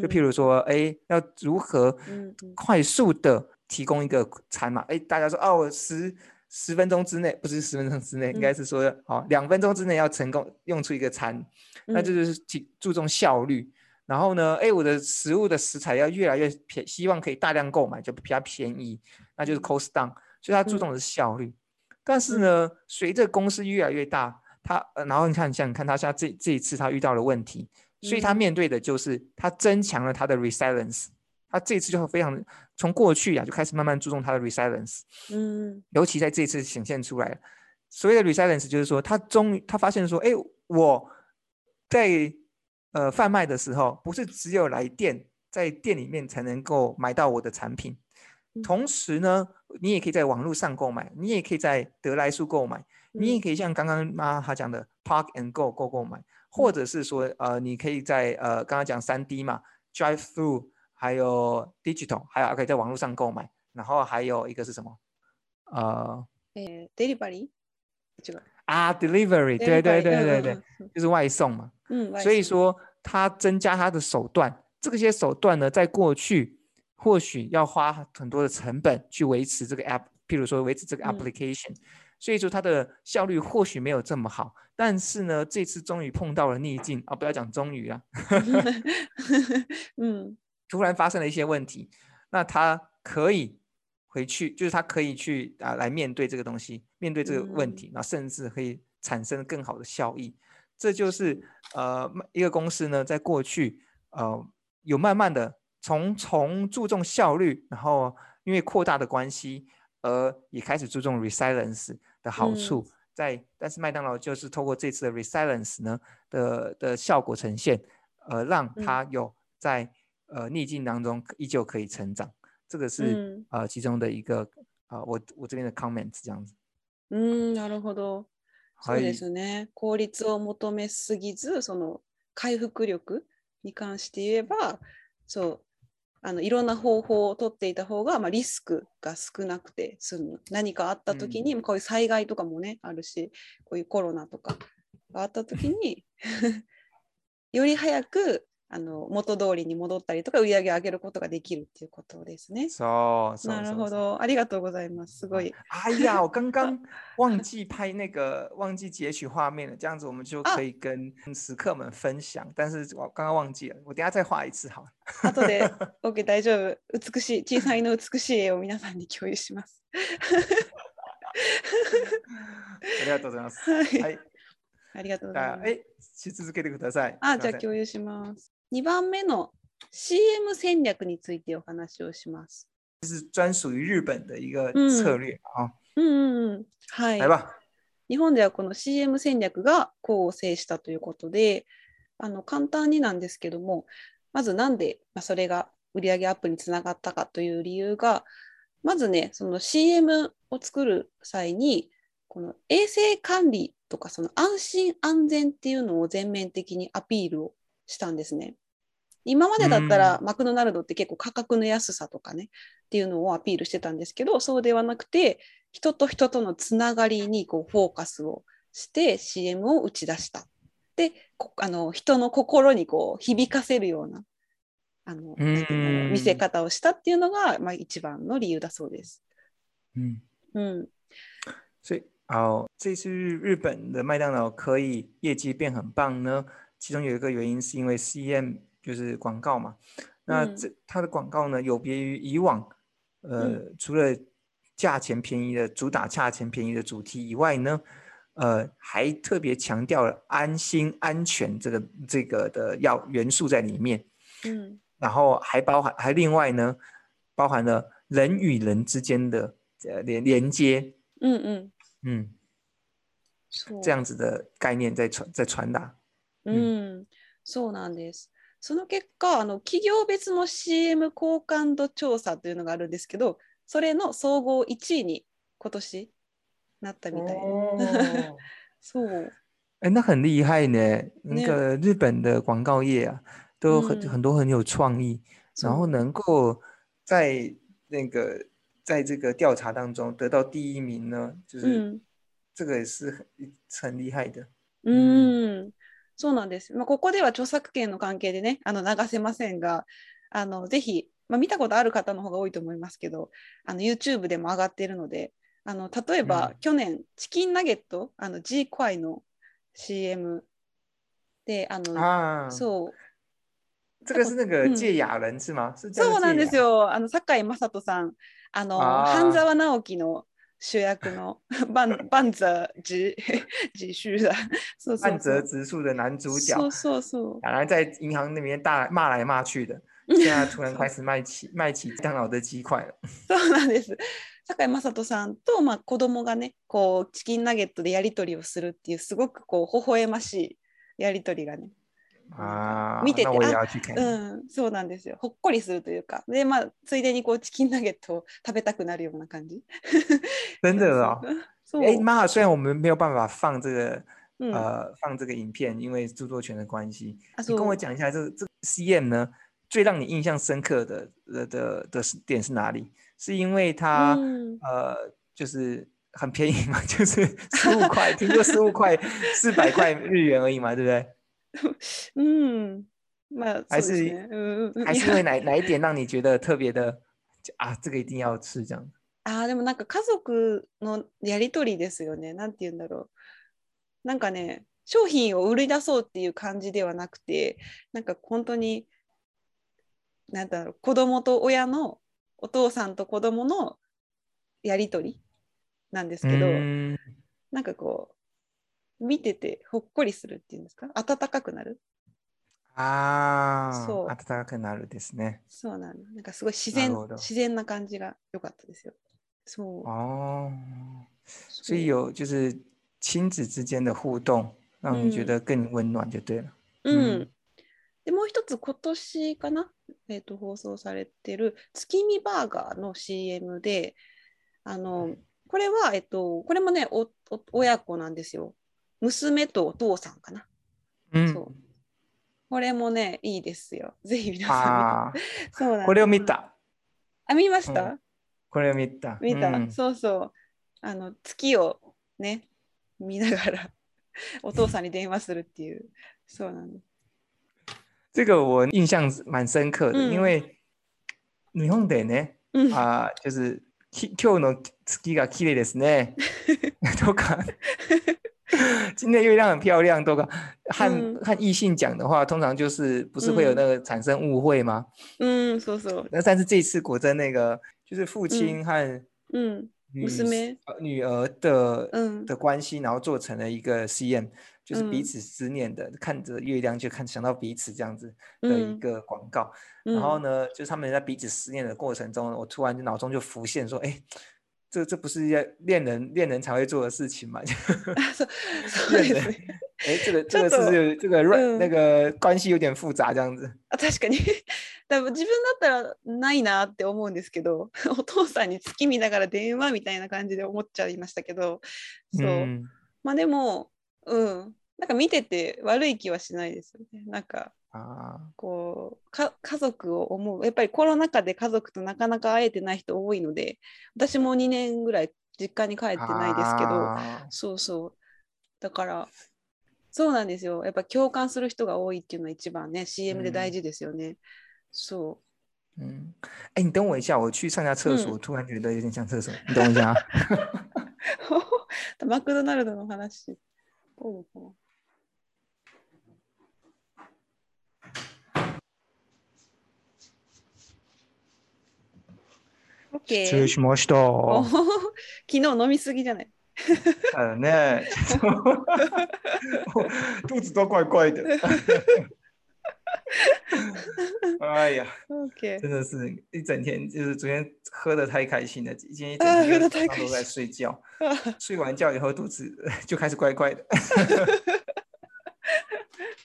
[SPEAKER 2] 就譬如说，哎，要如何
[SPEAKER 1] 嗯嗯
[SPEAKER 2] 快速的提供一个餐嘛？哎，大家说，哦，我十十分钟之内，不是十分钟之内，应该
[SPEAKER 1] 嗯
[SPEAKER 2] 是说，哦，两分钟之内要成功用出一个餐，那
[SPEAKER 1] 嗯
[SPEAKER 2] 这就是提注重效率。然后呢，哎，我的食物的食材要越来越便，希望可以大量购买，就比较便宜，那就是
[SPEAKER 1] 嗯
[SPEAKER 2] cost down。所以它注
[SPEAKER 1] 嗯
[SPEAKER 2] 重的是效率。但是呢，随着公司越来越大，它、呃、然后你看，想想看，它像这这一次它遇到了问题，所以它
[SPEAKER 1] 嗯
[SPEAKER 2] 面对的就是它增强了它的 resilience。它这一次就非常从过去啊就开始慢慢注重它的 resilience，
[SPEAKER 1] 嗯
[SPEAKER 2] 尤其在这一次显现出来了。所谓的 resilience 就是说，他终于他发现说，哎，我在呃贩卖的时候，不是只有来店在店里面才能够买到我的产品，
[SPEAKER 1] 嗯
[SPEAKER 2] 同时呢，你也可以在网络上购买，你也可以在得来速购买，你也
[SPEAKER 1] 嗯
[SPEAKER 2] 可以像刚刚妈她讲的 Park and Go Go Go 买，或者是说呃，你可以在呃刚刚讲三 D 嘛，Drive Through，还有 Digital，还有可以在网络上购买，然后还有一个是什么？呃
[SPEAKER 1] えーデリバリー違う
[SPEAKER 2] 啊
[SPEAKER 1] デ
[SPEAKER 2] ，Delivery，
[SPEAKER 1] リバリー
[SPEAKER 2] 对对对对
[SPEAKER 1] う
[SPEAKER 2] 对
[SPEAKER 1] ん，
[SPEAKER 2] 就是外送嘛。
[SPEAKER 1] うんうん
[SPEAKER 2] 所以说，它增加它的手段，这些手段呢，在过去或许要花很多的成本去维持这个 app，譬如说维持这个
[SPEAKER 1] 嗯
[SPEAKER 2] application，、所以说它的效率或许没有这么好。但是呢，这次终于碰到了逆境啊，不要讲终于啊，
[SPEAKER 1] うん
[SPEAKER 2] 突然发生了一些问题，那他可以回去，就是他可以去啊来面对这个东西，面对这个问
[SPEAKER 1] 嗯
[SPEAKER 2] 题，那、甚至可以产生更好的效益。这就是呃一个公司呢，在过去呃有慢慢的从从注重效率，然后因为扩大的关系，而也开始注重 resilience 的好处。在但是麦当劳就是透过这次的 resilience 呢的的效果呈现，呃，让
[SPEAKER 1] 嗯
[SPEAKER 2] 它有在呃逆境当中依旧可以成长。这个是
[SPEAKER 1] 嗯
[SPEAKER 2] 呃其中的一个啊、呃我我这边的 comment 这样子。
[SPEAKER 1] うん、なるほど。そう
[SPEAKER 2] はい
[SPEAKER 1] ですね。効率を求めすぎず、その回復力に関して言えば、そう、あのいろんな方法を取っていた方が、まあ、リスクが少なくて済む。何かあった時に、こういう災害とかもね、あるし、こういうコロナとかがあった時に、 より早くあの元通りに戻ったりとか、売り上げを上げることができるっていうことですね。
[SPEAKER 2] So so
[SPEAKER 1] なる
[SPEAKER 2] so
[SPEAKER 1] ほ
[SPEAKER 2] so
[SPEAKER 1] ど。ありがとうございます。すごい。
[SPEAKER 2] 哎呀，我 刚刚忘记拍那个，忘记截取画面了。这样子我们就
[SPEAKER 1] 啊
[SPEAKER 2] 可以跟食客们分享，但是我刚刚忘记了，我等一下再画一次好了。
[SPEAKER 1] 後で OK 大丈夫美しい小さいの美しい絵を皆さんに共有します。
[SPEAKER 2] ありがと うございます。
[SPEAKER 1] は、
[SPEAKER 2] はいい、
[SPEAKER 1] ありがとうござい
[SPEAKER 2] あ
[SPEAKER 1] ます。
[SPEAKER 2] え、し続けてください。
[SPEAKER 1] あ
[SPEAKER 2] す
[SPEAKER 1] じゃ
[SPEAKER 2] い
[SPEAKER 1] あ
[SPEAKER 2] ません
[SPEAKER 1] 共有します。2番目の CM 戦略についてお話をします。
[SPEAKER 2] 这是专属于日本的一个
[SPEAKER 1] 嗯
[SPEAKER 2] 策略啊、
[SPEAKER 1] うんうんうん、はい。
[SPEAKER 2] 来吧，
[SPEAKER 1] 日本ではこの CM 戦略が功を制したということであの簡単になんですけどもまずなんで、まあ、それが売上アップにつながったかという理由がまずねその CM を作る際にこの衛生管理とかその安心安全っていうのを全面的にアピールをしたんですね。今までだったらマクドナルドって結構価格の安さとかねっていうのをアピールしてたんですけどそうではなくて人と人とのつながりにこうフォーカスをして CM を打ち出した。でこあの人の心にこう響かせるようなあの
[SPEAKER 2] うん
[SPEAKER 1] なんていうのかな見せ方をしたっていうのが、まあ、一番の理由だそうです。
[SPEAKER 2] 嗯，
[SPEAKER 1] うん、
[SPEAKER 2] 所以哦，这次日日本的麦当劳可以业绩变很棒呢，其中有一个原因是因为 CM 就是广告嘛。那
[SPEAKER 1] 嗯
[SPEAKER 2] 这它的广告呢，有别于以往，呃，除了价钱便宜的主打价钱便宜的主题以外呢，呃，还特别强调了安心安全这个这个的要元素在里面。
[SPEAKER 1] うん、
[SPEAKER 2] 然后还包含还另外呢，包含了人与人之间的呃连连接，
[SPEAKER 1] うん、うん。
[SPEAKER 2] 嗯，
[SPEAKER 1] そう
[SPEAKER 2] 这样子的概念在传在传达。
[SPEAKER 1] うん、そうなんです。その結果あの企業別の CM 好感度調査というのがあるんですけどそれの総合1位に今年なったみたいです。
[SPEAKER 2] 哦，
[SPEAKER 1] そう
[SPEAKER 2] 哎，那很厉害呢。那
[SPEAKER 1] ね
[SPEAKER 2] 个日本的广告业啊，都很、
[SPEAKER 1] 嗯
[SPEAKER 2] 很多很有创意，然后
[SPEAKER 1] そう
[SPEAKER 2] 能够在那个在这个调查当中得到第一名呢，就
[SPEAKER 1] う
[SPEAKER 2] 是
[SPEAKER 1] ん
[SPEAKER 2] 这个也是很很厉害的。
[SPEAKER 1] うん、そうなんです。まあ、ここでは著作権の関係でね、あの流せませんが、あのぜひ、まあ、見たことある方の方が多いと思いますけど、あの YouTube でも上がっているので、あの例えば、
[SPEAKER 2] うん
[SPEAKER 1] 去年、チキンナゲット、あの G クワイの CM で、あの
[SPEAKER 2] 啊，
[SPEAKER 1] そう
[SPEAKER 2] 这个是那个
[SPEAKER 1] 嗯
[SPEAKER 2] 芥雅人、是吗？是叫
[SPEAKER 1] そうなん
[SPEAKER 2] 芥
[SPEAKER 1] で
[SPEAKER 2] 雅
[SPEAKER 1] すよ、あの堺雅人さん、あの
[SPEAKER 2] あー
[SPEAKER 1] 半沢直樹の主役のバンバンザジ ジシューだ。そうそうそう
[SPEAKER 2] 半泽直树的男主角，
[SPEAKER 1] そうそうそう。
[SPEAKER 2] 本来在银行那边大骂来骂去 的，现在突然开始卖起卖起麦当劳的鸡块了。
[SPEAKER 1] そうなんです。堺雅人さんと、まあ、子供がねこうチキンナゲットでやり取りをするっていうすごくこう微笑ましいやり取りがね、
[SPEAKER 2] 啊，
[SPEAKER 1] 見てて
[SPEAKER 2] 那我也要去看。
[SPEAKER 1] うん、そうなんですよほっこりするというかで、まあ、ついでにこうチキンナゲットを食べたくなるような感じ。
[SPEAKER 2] 真的哦。
[SPEAKER 1] そう、
[SPEAKER 2] 哎，妈呀！虽然我们没有办法放这个、
[SPEAKER 1] うん、あ
[SPEAKER 2] 呃放这个影片，因为著作权的关系，
[SPEAKER 1] そ
[SPEAKER 2] 你跟我
[SPEAKER 1] う
[SPEAKER 2] 讲一下这这个 CM 呢，最让你印象深刻的的的的是点是哪里？是因为它、
[SPEAKER 1] うん
[SPEAKER 2] 呃就是很便宜嘛， 就是十五块，听说十五块四百块日元而已嘛，对不对？
[SPEAKER 1] うん、まあ
[SPEAKER 2] 还
[SPEAKER 1] そうですねう
[SPEAKER 2] 是。
[SPEAKER 1] んうん
[SPEAKER 2] 还是 因为哪哪一点让你觉得特别的就啊？这个一定要吃这样。
[SPEAKER 1] あーでもなんか家族のやり取りですよね。なんて言うんだろう。なんかね、商品を売り出そうっていう感じではなくて、なんか本当に、なんだろう、子供と親の、お父さんと子供のやり取りなんですけど、
[SPEAKER 2] 嗯，
[SPEAKER 1] なんかこう、見ててほっこりするっていうんですか、温かくなる。
[SPEAKER 2] ああ、
[SPEAKER 1] そう
[SPEAKER 2] 暖かくなるですね。
[SPEAKER 1] そうなの。なんかすごい自然
[SPEAKER 2] なるほど
[SPEAKER 1] 自然な感じが良かったですよ。そう。
[SPEAKER 2] 哦，
[SPEAKER 1] そう
[SPEAKER 2] 所以有就是亲子之间的互动，让你觉
[SPEAKER 1] 嗯
[SPEAKER 2] 得更温暖就对了。
[SPEAKER 1] うん
[SPEAKER 2] うん。
[SPEAKER 1] で、もう一つ、今年かな、えっと放送されてる月見バーガーの CM で、あのこれは、えっと、これもねおお親子なんですよ。娘とお父さんかな。そ
[SPEAKER 2] 嗯
[SPEAKER 1] う。これもね、いいですよ。ぜひ皆さ ん
[SPEAKER 2] 啊，
[SPEAKER 1] 見て。そうなんです
[SPEAKER 2] これを見た。
[SPEAKER 1] あ、見ました、
[SPEAKER 2] うんこれを見た。
[SPEAKER 1] 見た、
[SPEAKER 2] 嗯
[SPEAKER 1] そうそうあの月をね見ながらお父さんに電話するっていうそうなの
[SPEAKER 2] 这个我印象是蛮深刻的，因
[SPEAKER 1] 嗯
[SPEAKER 2] 为日本でね、
[SPEAKER 1] うん
[SPEAKER 2] あー就是き今日の月が綺麗ですねとか。今天月亮很漂亮，都和
[SPEAKER 1] 嗯
[SPEAKER 2] 和异性讲的话，通常就是不是会有
[SPEAKER 1] 嗯
[SPEAKER 2] 那个产生误会吗？
[SPEAKER 1] うんそうそう
[SPEAKER 2] 那但是这一次果真那个就是父亲和
[SPEAKER 1] うん
[SPEAKER 2] 女、
[SPEAKER 1] 娘
[SPEAKER 2] 呃女儿的、
[SPEAKER 1] うん
[SPEAKER 2] 的关系，然后做成了一个实验，就是彼
[SPEAKER 1] 嗯
[SPEAKER 2] 此思念的，看着月亮就看想到彼此这样子
[SPEAKER 1] う
[SPEAKER 2] 的一
[SPEAKER 1] ん
[SPEAKER 2] 个广告。
[SPEAKER 1] う
[SPEAKER 2] 然后
[SPEAKER 1] ん
[SPEAKER 2] 呢，就是他们在彼此思念的过程中，我突然就脑中就浮现说，哎，这这不是要恋人恋人才会做的事情吗？
[SPEAKER 1] あそうそうです
[SPEAKER 2] 恋人
[SPEAKER 1] ね
[SPEAKER 2] 哎，这个
[SPEAKER 1] ち
[SPEAKER 2] 这
[SPEAKER 1] ょ
[SPEAKER 2] 个
[SPEAKER 1] っ
[SPEAKER 2] 是不
[SPEAKER 1] と
[SPEAKER 2] 是这个、
[SPEAKER 1] 嗯
[SPEAKER 2] 那个关系有点复杂这样子？
[SPEAKER 1] あ確かに 多分自分だったらないなって思うんですけど お父さんに月見ながら電話みたいな感じで思っちゃいましたけどそう、
[SPEAKER 2] 嗯
[SPEAKER 1] まあでもうんなんか見てて悪い気はしないですよねなんか
[SPEAKER 2] 啊。
[SPEAKER 1] こうか家族を思うやっぱりコロナ禍で家族となかなか会えてない人多いので私も2年ぐらい実家に帰ってないですけど
[SPEAKER 2] 啊
[SPEAKER 1] そうそうだからそうなんですよやっぱ共感する人が多いっていうのは一番ね CM で大事ですよね、そ
[SPEAKER 2] 嗯，哎，你等我一下，我去上一下厕所。
[SPEAKER 1] 嗯
[SPEAKER 2] 我突然觉得有点像厕所，你等 我一下啊。
[SPEAKER 1] う マクドナルドの話どうのかなオッケ
[SPEAKER 2] 失礼
[SPEAKER 1] ー
[SPEAKER 2] しました。
[SPEAKER 1] お 昨日飲みすぎじゃない
[SPEAKER 2] 还有呢， 这种我肚子都怪怪的。 哎呀，
[SPEAKER 1] OK。
[SPEAKER 2] 真的是一整天，就是昨天喝的太开心了，今天一整
[SPEAKER 1] 啊
[SPEAKER 2] 天
[SPEAKER 1] 喝得太
[SPEAKER 2] 就早上
[SPEAKER 1] 开
[SPEAKER 2] 都在
[SPEAKER 1] 心啊
[SPEAKER 2] 睡觉，睡完觉以后肚子 就开始怪怪 的，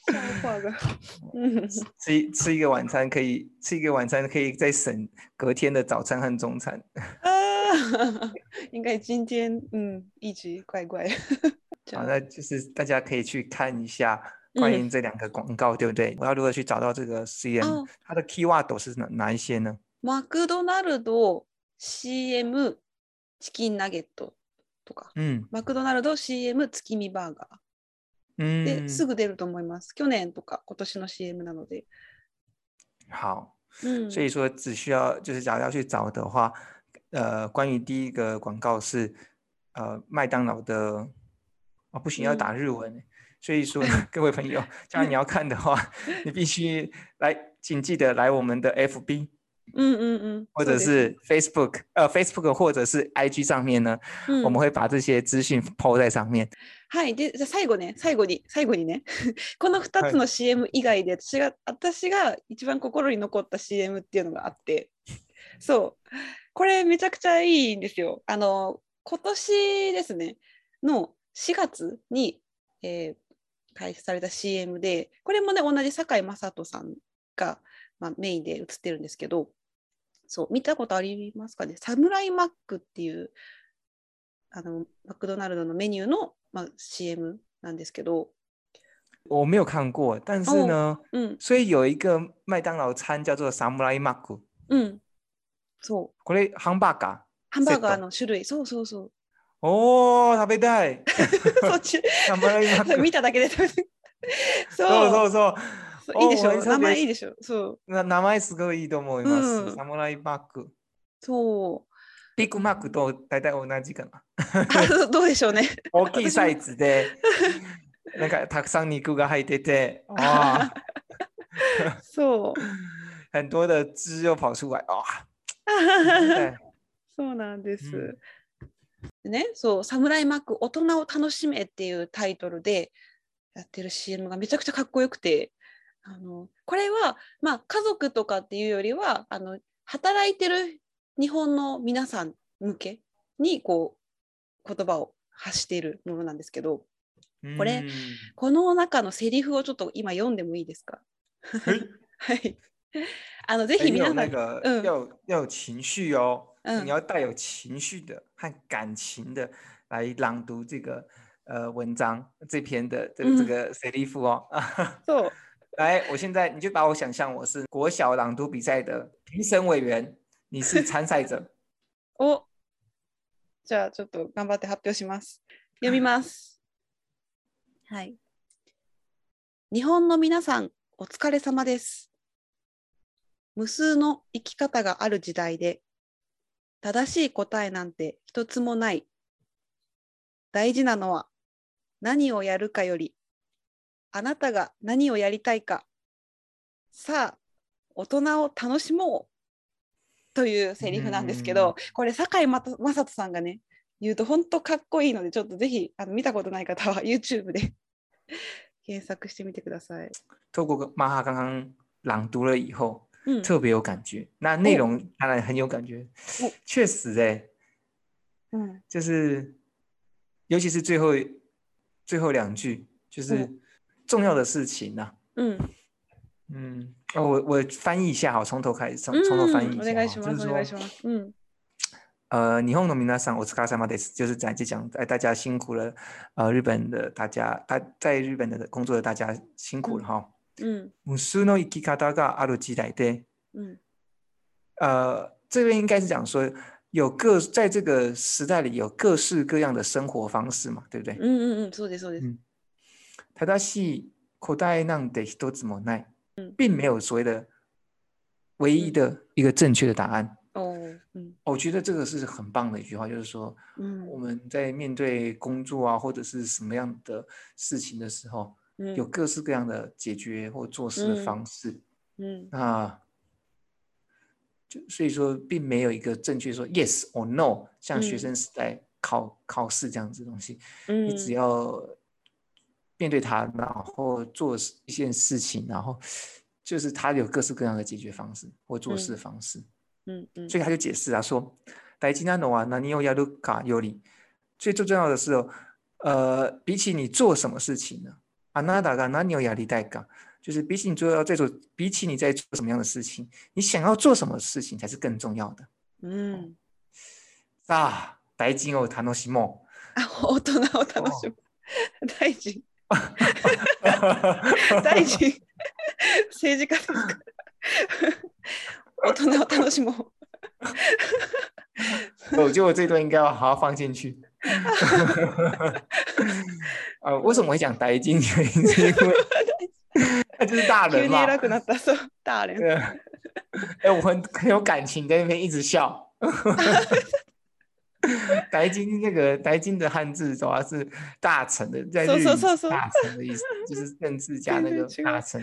[SPEAKER 1] 消化が。うん。
[SPEAKER 2] 吃一吃一个晚餐可以吃一个晚餐可以再省隔天的早餐和中餐。
[SPEAKER 1] ああ、 应该今天嗯一直怪怪。 じ
[SPEAKER 2] 好，
[SPEAKER 1] ゃあ
[SPEAKER 2] 那就是大家可以去看一下
[SPEAKER 1] 嗯
[SPEAKER 2] 关于这两个广告，对不对？我要如何去找到这个 CM？、
[SPEAKER 1] 哦
[SPEAKER 2] 它的 keyword 是哪哪一些呢？
[SPEAKER 1] マクドナルド CM チキンナゲットとか。
[SPEAKER 2] 嗯
[SPEAKER 1] マクドナルド CM 月見バーガー
[SPEAKER 2] 嗯
[SPEAKER 1] で、すぐ出ると思います。去年とか今年の CM なので。
[SPEAKER 2] 好，
[SPEAKER 1] うん。
[SPEAKER 2] 所以说只需要就是假如要去找的话，呃，关于第一个广告是呃麦当劳的，哦不行，要
[SPEAKER 1] 嗯
[SPEAKER 2] 打日文欸。所以 说，各位朋友，假如你要看的话，你必须来，请记得来我们的 FB
[SPEAKER 1] うんうんうん。
[SPEAKER 2] 或者
[SPEAKER 1] そうです
[SPEAKER 2] 是 Facebook，呃，Facebook 或者是 IG 上面呢，
[SPEAKER 1] うん
[SPEAKER 2] 我们会把这些资讯抛在上面。
[SPEAKER 1] はい。で、じゃあ最後ね、最後に、最後にね、 この2
[SPEAKER 2] はい
[SPEAKER 1] つの CM 以外で、私が、私が一番心に残った CM っていうのがあって、そう、これめちゃくちゃいいんですよ。あの、今年ですね、の4月に、えー開始された CM で、これもね、同じ堺雅人さんが、まあ、メインで映ってるんですけど、そう、見たことありますかね、サムライマックっていう、あのマクドナルドのメニューの、まあ、CM なんですけど、
[SPEAKER 2] 我没有看过，但是
[SPEAKER 1] 哦
[SPEAKER 2] 呢，
[SPEAKER 1] うん、
[SPEAKER 2] 所以有一个麦当劳餐叫做 Samurai Mac，
[SPEAKER 1] うん、そう、
[SPEAKER 2] これハンバーガ
[SPEAKER 1] ハンバーガーの種類、そうそう そう、
[SPEAKER 2] ー。おー、食べたい。
[SPEAKER 1] そっち、
[SPEAKER 2] Samurai Mac。
[SPEAKER 1] 見ただけで食 べて、そう
[SPEAKER 2] そうそうそう。
[SPEAKER 1] そういいでし
[SPEAKER 2] おー
[SPEAKER 1] ょ、
[SPEAKER 2] 美味しそ
[SPEAKER 1] 名
[SPEAKER 2] う
[SPEAKER 1] 前いい
[SPEAKER 2] で
[SPEAKER 1] で
[SPEAKER 2] す
[SPEAKER 1] しょ、そう、
[SPEAKER 2] な名前すごいいいと思いま
[SPEAKER 1] う
[SPEAKER 2] す。
[SPEAKER 1] ん
[SPEAKER 2] サムライマック。
[SPEAKER 1] そう
[SPEAKER 2] ビッグマックと大体同じかな。
[SPEAKER 1] あ、 そうどうでしょうね、
[SPEAKER 2] 大きいサイズで、なんかたくさん肉が入っ てて、哇
[SPEAKER 1] そう、
[SPEAKER 2] 很多的汁又跑出来， 哇！对
[SPEAKER 1] そうなんです。
[SPEAKER 2] うん
[SPEAKER 1] でね、そう、サムライマック、大人を楽しめっていうタイトルでやってる CM がめちゃくちゃかっこよくて、あのこれは、まあ、家族とかっていうよりはあの働いてる日本の皆さん向けにこう言葉を発しているものなんですけどこれ
[SPEAKER 2] うん
[SPEAKER 1] この中のセリフをちょっと今読んでもいいですか
[SPEAKER 2] 嘿
[SPEAKER 1] はい。あのぜ
[SPEAKER 2] 哎
[SPEAKER 1] ひ
[SPEAKER 2] 你
[SPEAKER 1] 皆さ
[SPEAKER 2] 有
[SPEAKER 1] ん、
[SPEAKER 2] 那个
[SPEAKER 1] 嗯
[SPEAKER 2] 要要有情绪哦，
[SPEAKER 1] 嗯
[SPEAKER 2] 你要带有情绪的和感情的来朗读这个呃文章这篇的这个这
[SPEAKER 1] 嗯
[SPEAKER 2] 个谁利夫哦。
[SPEAKER 1] そう
[SPEAKER 2] 来，我现在你就把我想象我是国小朗读比赛的评审委员，你是参赛者。
[SPEAKER 1] おじゃあちょっと頑張って発表します。読みます。はい。日本の皆さん、お疲れ様です。無数の生き方がある時代で、正しい答えなんて一つもない。大事なのは、何をやるかより、あなたが何をやりたいか。さあ、大人を楽しもうというセリフなんですけ
[SPEAKER 2] うんうんう
[SPEAKER 1] ど、これ、堺雅人さんがね、言うと本当かっこいいので、ちょっとぜひあの見たことない方は YouTube で 検索してみてください。
[SPEAKER 2] 透过马哈刚刚朗读了以后，
[SPEAKER 1] うん、
[SPEAKER 2] 特别有感觉。那内
[SPEAKER 1] 哦
[SPEAKER 2] 容当然很有感觉
[SPEAKER 1] 哦，
[SPEAKER 2] 确实哎、
[SPEAKER 1] うん
[SPEAKER 2] 就是尤其是最后最后两句，就是
[SPEAKER 1] 嗯
[SPEAKER 2] 重要的事情呐、
[SPEAKER 1] うん
[SPEAKER 2] 嗯，哦，我我翻译一下哈，从头嗯开始，从
[SPEAKER 1] うん
[SPEAKER 2] 从头翻译
[SPEAKER 1] お
[SPEAKER 2] 一下
[SPEAKER 1] 願いしま。
[SPEAKER 2] 哈，就是是
[SPEAKER 1] お願いし
[SPEAKER 2] 说，
[SPEAKER 1] ます。うん。
[SPEAKER 2] 呃，日本の皆さんお疲れ様です，就是在就讲，哎，大家辛苦了，呃，日本的大家，大在日本的工作的大家辛苦了哈。
[SPEAKER 1] うん。
[SPEAKER 2] 無数の生き方がある時代で，
[SPEAKER 1] うん。
[SPEAKER 2] 呃，这边应该是讲说有各在这个时代里有各式各样的生活方式嘛，对不对？
[SPEAKER 1] うんうんうん。そうです、そうです。
[SPEAKER 2] 正しい答えなんて一つもない
[SPEAKER 1] 嗯，
[SPEAKER 2] 并没有所谓的唯一的一个正确的答案。
[SPEAKER 1] おーうん。
[SPEAKER 2] 我觉得这个是很棒的一句话，就是说
[SPEAKER 1] うん
[SPEAKER 2] 我们在面对工作啊，或者是什么样的事情的时候，
[SPEAKER 1] うん
[SPEAKER 2] 有各式各样的解决或做事的
[SPEAKER 1] 嗯
[SPEAKER 2] 方式。
[SPEAKER 1] うん。
[SPEAKER 2] 那就所以说，并没有一个正确说 yes or no，像
[SPEAKER 1] 嗯
[SPEAKER 2] 学
[SPEAKER 1] 嗯
[SPEAKER 2] 生时代考考试这样子的东西。
[SPEAKER 1] うん
[SPEAKER 2] 你只要面对它，然后做一件事情，然后就是它有各式各样的解决方式或做事
[SPEAKER 1] 嗯
[SPEAKER 2] 方式。
[SPEAKER 1] うんうん
[SPEAKER 2] 所以他就解释啊，说，大事なのは何をやるかより，所以最重要的是哦，呃，比起你做什么事情呢，啊あなたが何をやりたいか，就是比起你做要在做，比起你在做什么样的事情，你想要做什么事情才是更重要的。啊
[SPEAKER 1] うん。
[SPEAKER 2] さあ、大事を楽しも
[SPEAKER 1] あ、大人を楽しむ。大臣、
[SPEAKER 2] う。
[SPEAKER 1] 大臣、政治家ですか。大人を楽しもう。
[SPEAKER 2] 我觉得我这段应该要好好放进去。 呃，为什么我会讲呆金？ 原因是因为他就是大
[SPEAKER 1] 急
[SPEAKER 2] 人
[SPEAKER 1] に
[SPEAKER 2] 嘛。
[SPEAKER 1] 偉くなった。そう、ダーレン。
[SPEAKER 2] 对， 哎、我很很有感情，在那边一直笑。 呆金那个呆金的汉字主要是大臣的，在
[SPEAKER 1] 嗖
[SPEAKER 2] 日语
[SPEAKER 1] 嗖嗖
[SPEAKER 2] 是
[SPEAKER 1] 嗖
[SPEAKER 2] 大臣的意思，就是政治家那
[SPEAKER 1] 对对
[SPEAKER 2] 个
[SPEAKER 1] 这个
[SPEAKER 2] 大臣。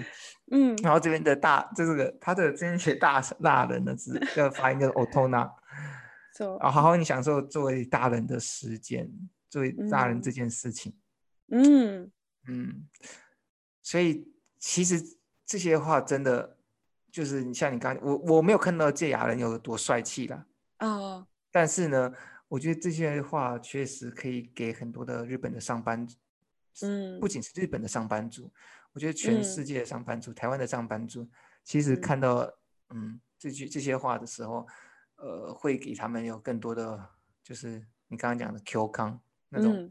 [SPEAKER 1] うん。
[SPEAKER 2] 然后这边的大，这个他的这边写大大人的字，这个发音叫 otona。
[SPEAKER 1] そう。
[SPEAKER 2] 啊，好好你享受作为大人的时间，作为大
[SPEAKER 1] 嗯
[SPEAKER 2] 人这件事情，
[SPEAKER 1] うん。
[SPEAKER 2] 嗯所以其实这些话真的就是你像你刚我我没有看到戒牙人有多帅气啦，
[SPEAKER 1] ああ。
[SPEAKER 2] 但是呢，我觉得这些话确实可以给很多的日本的上班，
[SPEAKER 1] うん
[SPEAKER 2] 不。仅是日本的上班族，我觉得全
[SPEAKER 1] 嗯
[SPEAKER 2] 世界的上班族，台湾的上班族，其实
[SPEAKER 1] 嗯
[SPEAKER 2] 看到嗯这句这些话的时候，呃，会给他们有更多的就是你刚刚讲的 Q 康那
[SPEAKER 1] う
[SPEAKER 2] 种
[SPEAKER 1] ん。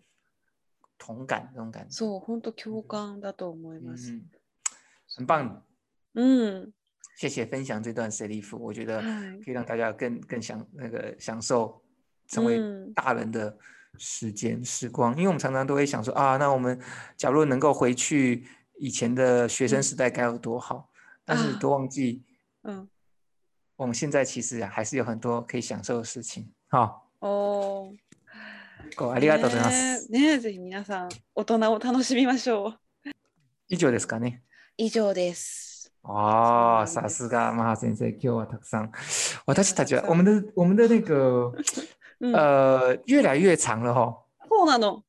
[SPEAKER 2] 同感那种感觉，
[SPEAKER 1] そう、本当共感だと思います。
[SPEAKER 2] 嗯，很棒，
[SPEAKER 1] うん。
[SPEAKER 2] 谢谢分享这段 C 利夫，我觉得
[SPEAKER 1] はい。
[SPEAKER 2] 可以让大家更更享那个享受成为
[SPEAKER 1] 嗯
[SPEAKER 2] 大人的时间时光，因为我们常常都会想说啊，那我们假如能够回去以前的学生
[SPEAKER 1] 嗯
[SPEAKER 2] 时代该有多好，但是
[SPEAKER 1] 啊
[SPEAKER 2] 都忘记
[SPEAKER 1] うん。
[SPEAKER 2] 我们现在其实啊还是有很多可以享受的事情。好、
[SPEAKER 1] おー。
[SPEAKER 2] ごありがとうござい
[SPEAKER 1] ね
[SPEAKER 2] ます。
[SPEAKER 1] えねえ、ぜひ皆さん、大人を楽しみましょう。
[SPEAKER 2] 以上ですかね。
[SPEAKER 1] 以上です。
[SPEAKER 2] 啊、
[SPEAKER 1] そうなんで
[SPEAKER 2] さ
[SPEAKER 1] す
[SPEAKER 2] すがマハ先生、今日はたくさん私たちは
[SPEAKER 1] たくさん
[SPEAKER 2] 我们的我们的那个
[SPEAKER 1] うん。
[SPEAKER 2] 呃越来越长了哦。
[SPEAKER 1] そうなの。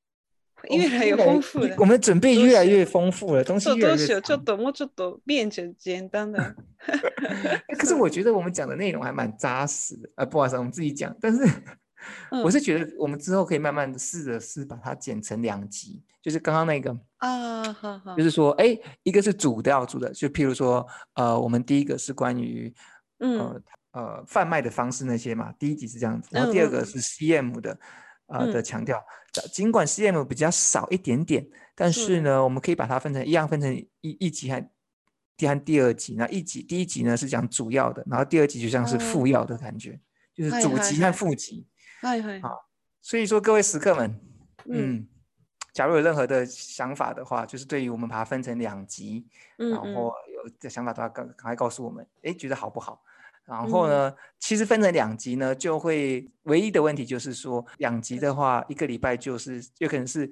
[SPEAKER 1] 越来越丰富
[SPEAKER 2] 我
[SPEAKER 1] 了。
[SPEAKER 2] 们准备越来越丰富了，东西
[SPEAKER 1] そう
[SPEAKER 2] 越
[SPEAKER 1] ど
[SPEAKER 2] 来
[SPEAKER 1] うしよ
[SPEAKER 2] 越
[SPEAKER 1] う、ちょ
[SPEAKER 2] 长
[SPEAKER 1] っ。ともうちょっと变成简单 的。
[SPEAKER 2] 哎可是我觉得我们讲的内容还蛮扎实的，啊、不好意思，我们自己讲。但是
[SPEAKER 1] 嗯
[SPEAKER 2] 我是觉得我们之后可以慢慢的试着是把它剪成两集，就是刚刚那个，
[SPEAKER 1] 啊，好好
[SPEAKER 2] 就，是说，哎，一个是主的要主的，就譬如说，呃，我们第一个是关于
[SPEAKER 1] 嗯
[SPEAKER 2] 呃呃贩卖的方式那些嘛，第一集是这样子，然后第二
[SPEAKER 1] 嗯嗯
[SPEAKER 2] 个
[SPEAKER 1] 嗯
[SPEAKER 2] 是 CM 的。啊、
[SPEAKER 1] 嗯
[SPEAKER 2] 的强调，呃尽管 CM 比较少一点点，但
[SPEAKER 1] 是
[SPEAKER 2] 是呢，我们可以把它分成一样分成一一集和第和第二集。那一集第一集呢是讲主要的，然后第二集就像是
[SPEAKER 1] 哦
[SPEAKER 2] 副要的感觉，就是
[SPEAKER 1] 嗨
[SPEAKER 2] 主
[SPEAKER 1] 嗨
[SPEAKER 2] 集
[SPEAKER 1] 嗨
[SPEAKER 2] 和副集。
[SPEAKER 1] はいはい。
[SPEAKER 2] 好所以说，各位食客们，
[SPEAKER 1] 嗯
[SPEAKER 2] 嗯，假如有任何的想法的话，就是对于我们把它分成两集，
[SPEAKER 1] 嗯
[SPEAKER 2] 然后有的想法的话，赶赶快告诉我们，诶，觉得好不好？然
[SPEAKER 1] 嗯
[SPEAKER 2] 后呢，其实分成两集呢，就会唯一的问题就是说，两集的话，一个礼拜就是有可能是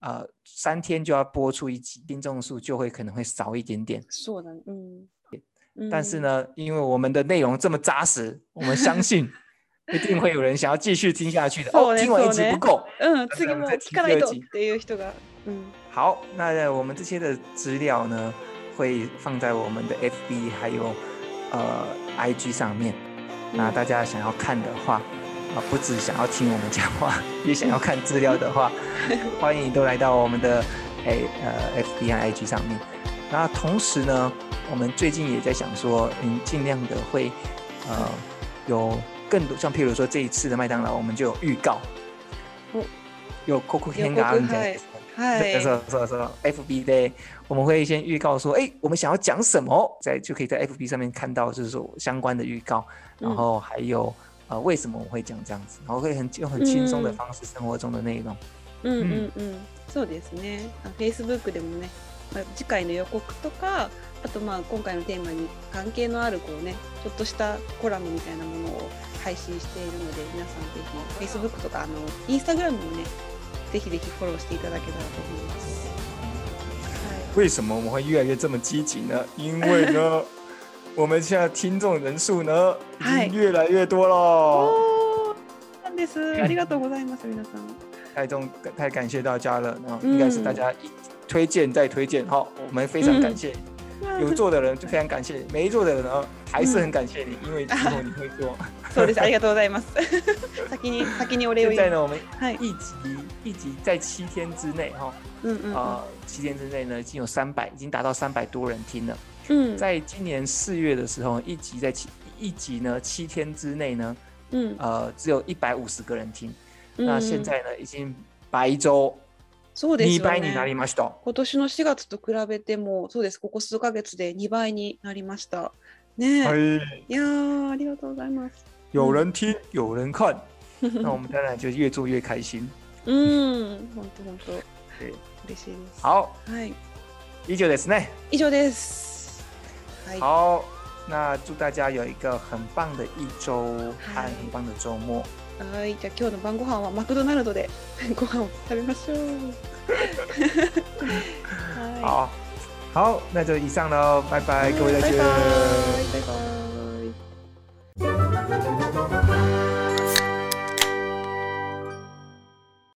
[SPEAKER 2] 呃三天就要播出一集，听众数就会可能会少一点点。
[SPEAKER 1] そうだね。うん。
[SPEAKER 2] 但
[SPEAKER 1] 嗯
[SPEAKER 2] 是呢，因为我们的内容这么扎实，我们 相信一定会有人想要继续听下去的。
[SPEAKER 1] そう
[SPEAKER 2] 哦，
[SPEAKER 1] ね
[SPEAKER 2] 听完一
[SPEAKER 1] そう
[SPEAKER 2] 集
[SPEAKER 1] ね
[SPEAKER 2] 不够。
[SPEAKER 1] うん、うん、次も聞かないとっていう人が。うん。
[SPEAKER 2] 好，那我们这些的资料呢，会放在我们的 FB 还有呃 IG 上面。那大家想要看的话，啊、不止想要听我们讲话， 也想要看资料的话，欢迎都来到我们的哎呃 FB 和 IG 上面。那同时呢，我们最近也在想说，嗯，尽量的会呃有更多，像譬如说这一次的麦当劳，我们就有预告
[SPEAKER 1] 哦，
[SPEAKER 2] 有 Coco
[SPEAKER 1] 有
[SPEAKER 2] Henga
[SPEAKER 1] 告嗨はい。
[SPEAKER 2] 对， 是是是，FB 的，我们会先预告说，哎，我们想要讲什么，在就可以在 FB 上面看到，就是说相关的预告，
[SPEAKER 1] 嗯
[SPEAKER 2] 然后还有、呃为什么我会讲这样子，然后会很用很轻松
[SPEAKER 1] 嗯
[SPEAKER 2] 的方式，生活中的内容。
[SPEAKER 1] うんうんうん、そうですね。あ Facebook でもね、まあ、次回の予告とか、あとまあ今回のテーマに関係のあるこうね、ちょっとしたコラムみたいなものを配信しているので、皆さんぜひ Facebook とかあの Instagram もね、ぜひぜひフォローしていただけたらと思います。はい
[SPEAKER 2] 为什么我们会越来越这么积极呢？因为呢，我们现在听众人数呢
[SPEAKER 1] 嗨哦
[SPEAKER 2] 越来越多了。
[SPEAKER 1] おーなんです。ありがとうございます皆さん。
[SPEAKER 2] 太重太感谢大家了，然后应该是大
[SPEAKER 1] 嗯
[SPEAKER 2] 家一推荐再推荐哈，我们非常感
[SPEAKER 1] 嗯
[SPEAKER 2] 谢。
[SPEAKER 1] わあ
[SPEAKER 2] 有做的人就非常感谢你，没做的人呢还是很感谢你，因为之后你会做。
[SPEAKER 1] そうです。ありがとうございます。 先に先にお礼を
[SPEAKER 2] 现在
[SPEAKER 1] 言いま
[SPEAKER 2] 呢，我们
[SPEAKER 1] す。はい。
[SPEAKER 2] 一集一集在七天之内哈，
[SPEAKER 1] うんうん
[SPEAKER 2] 呃，七天之内呢已经有三百，已经达到三百多人听了。
[SPEAKER 1] うん。うん
[SPEAKER 2] 在今年四月的时候，一集在七一集呢七天之内呢，
[SPEAKER 1] うん。
[SPEAKER 2] 呃，只有一百五十个人
[SPEAKER 1] う
[SPEAKER 2] 听。
[SPEAKER 1] ん
[SPEAKER 2] 那现在呢已经白周，
[SPEAKER 1] そうです
[SPEAKER 2] 你
[SPEAKER 1] よ
[SPEAKER 2] 白你
[SPEAKER 1] ね
[SPEAKER 2] 哪。里ました？
[SPEAKER 1] 今年の4月と比べてもそうですここ数ヶ月で2倍になりましたねえ、い、
[SPEAKER 2] 哎，
[SPEAKER 1] やーありがとうございます
[SPEAKER 2] 有人听，有人看，
[SPEAKER 1] 嗯
[SPEAKER 2] 那我们当然就越做越开心。
[SPEAKER 1] うん本当本当
[SPEAKER 2] え
[SPEAKER 1] 嬉しいです
[SPEAKER 2] 好，
[SPEAKER 1] はい
[SPEAKER 2] 以上ですね。
[SPEAKER 1] 以上ですはい
[SPEAKER 2] 好，那祝大家有一个很棒的一周和
[SPEAKER 1] 嗨
[SPEAKER 2] 很棒的周末。
[SPEAKER 1] はいじゃあ今日の晩ご飯はマクドナルドで ご飯を食べましょう はい
[SPEAKER 2] 好，好，那就以上喽，拜拜，各位再
[SPEAKER 1] バイ嗯バイバ
[SPEAKER 2] 见。
[SPEAKER 1] イバイ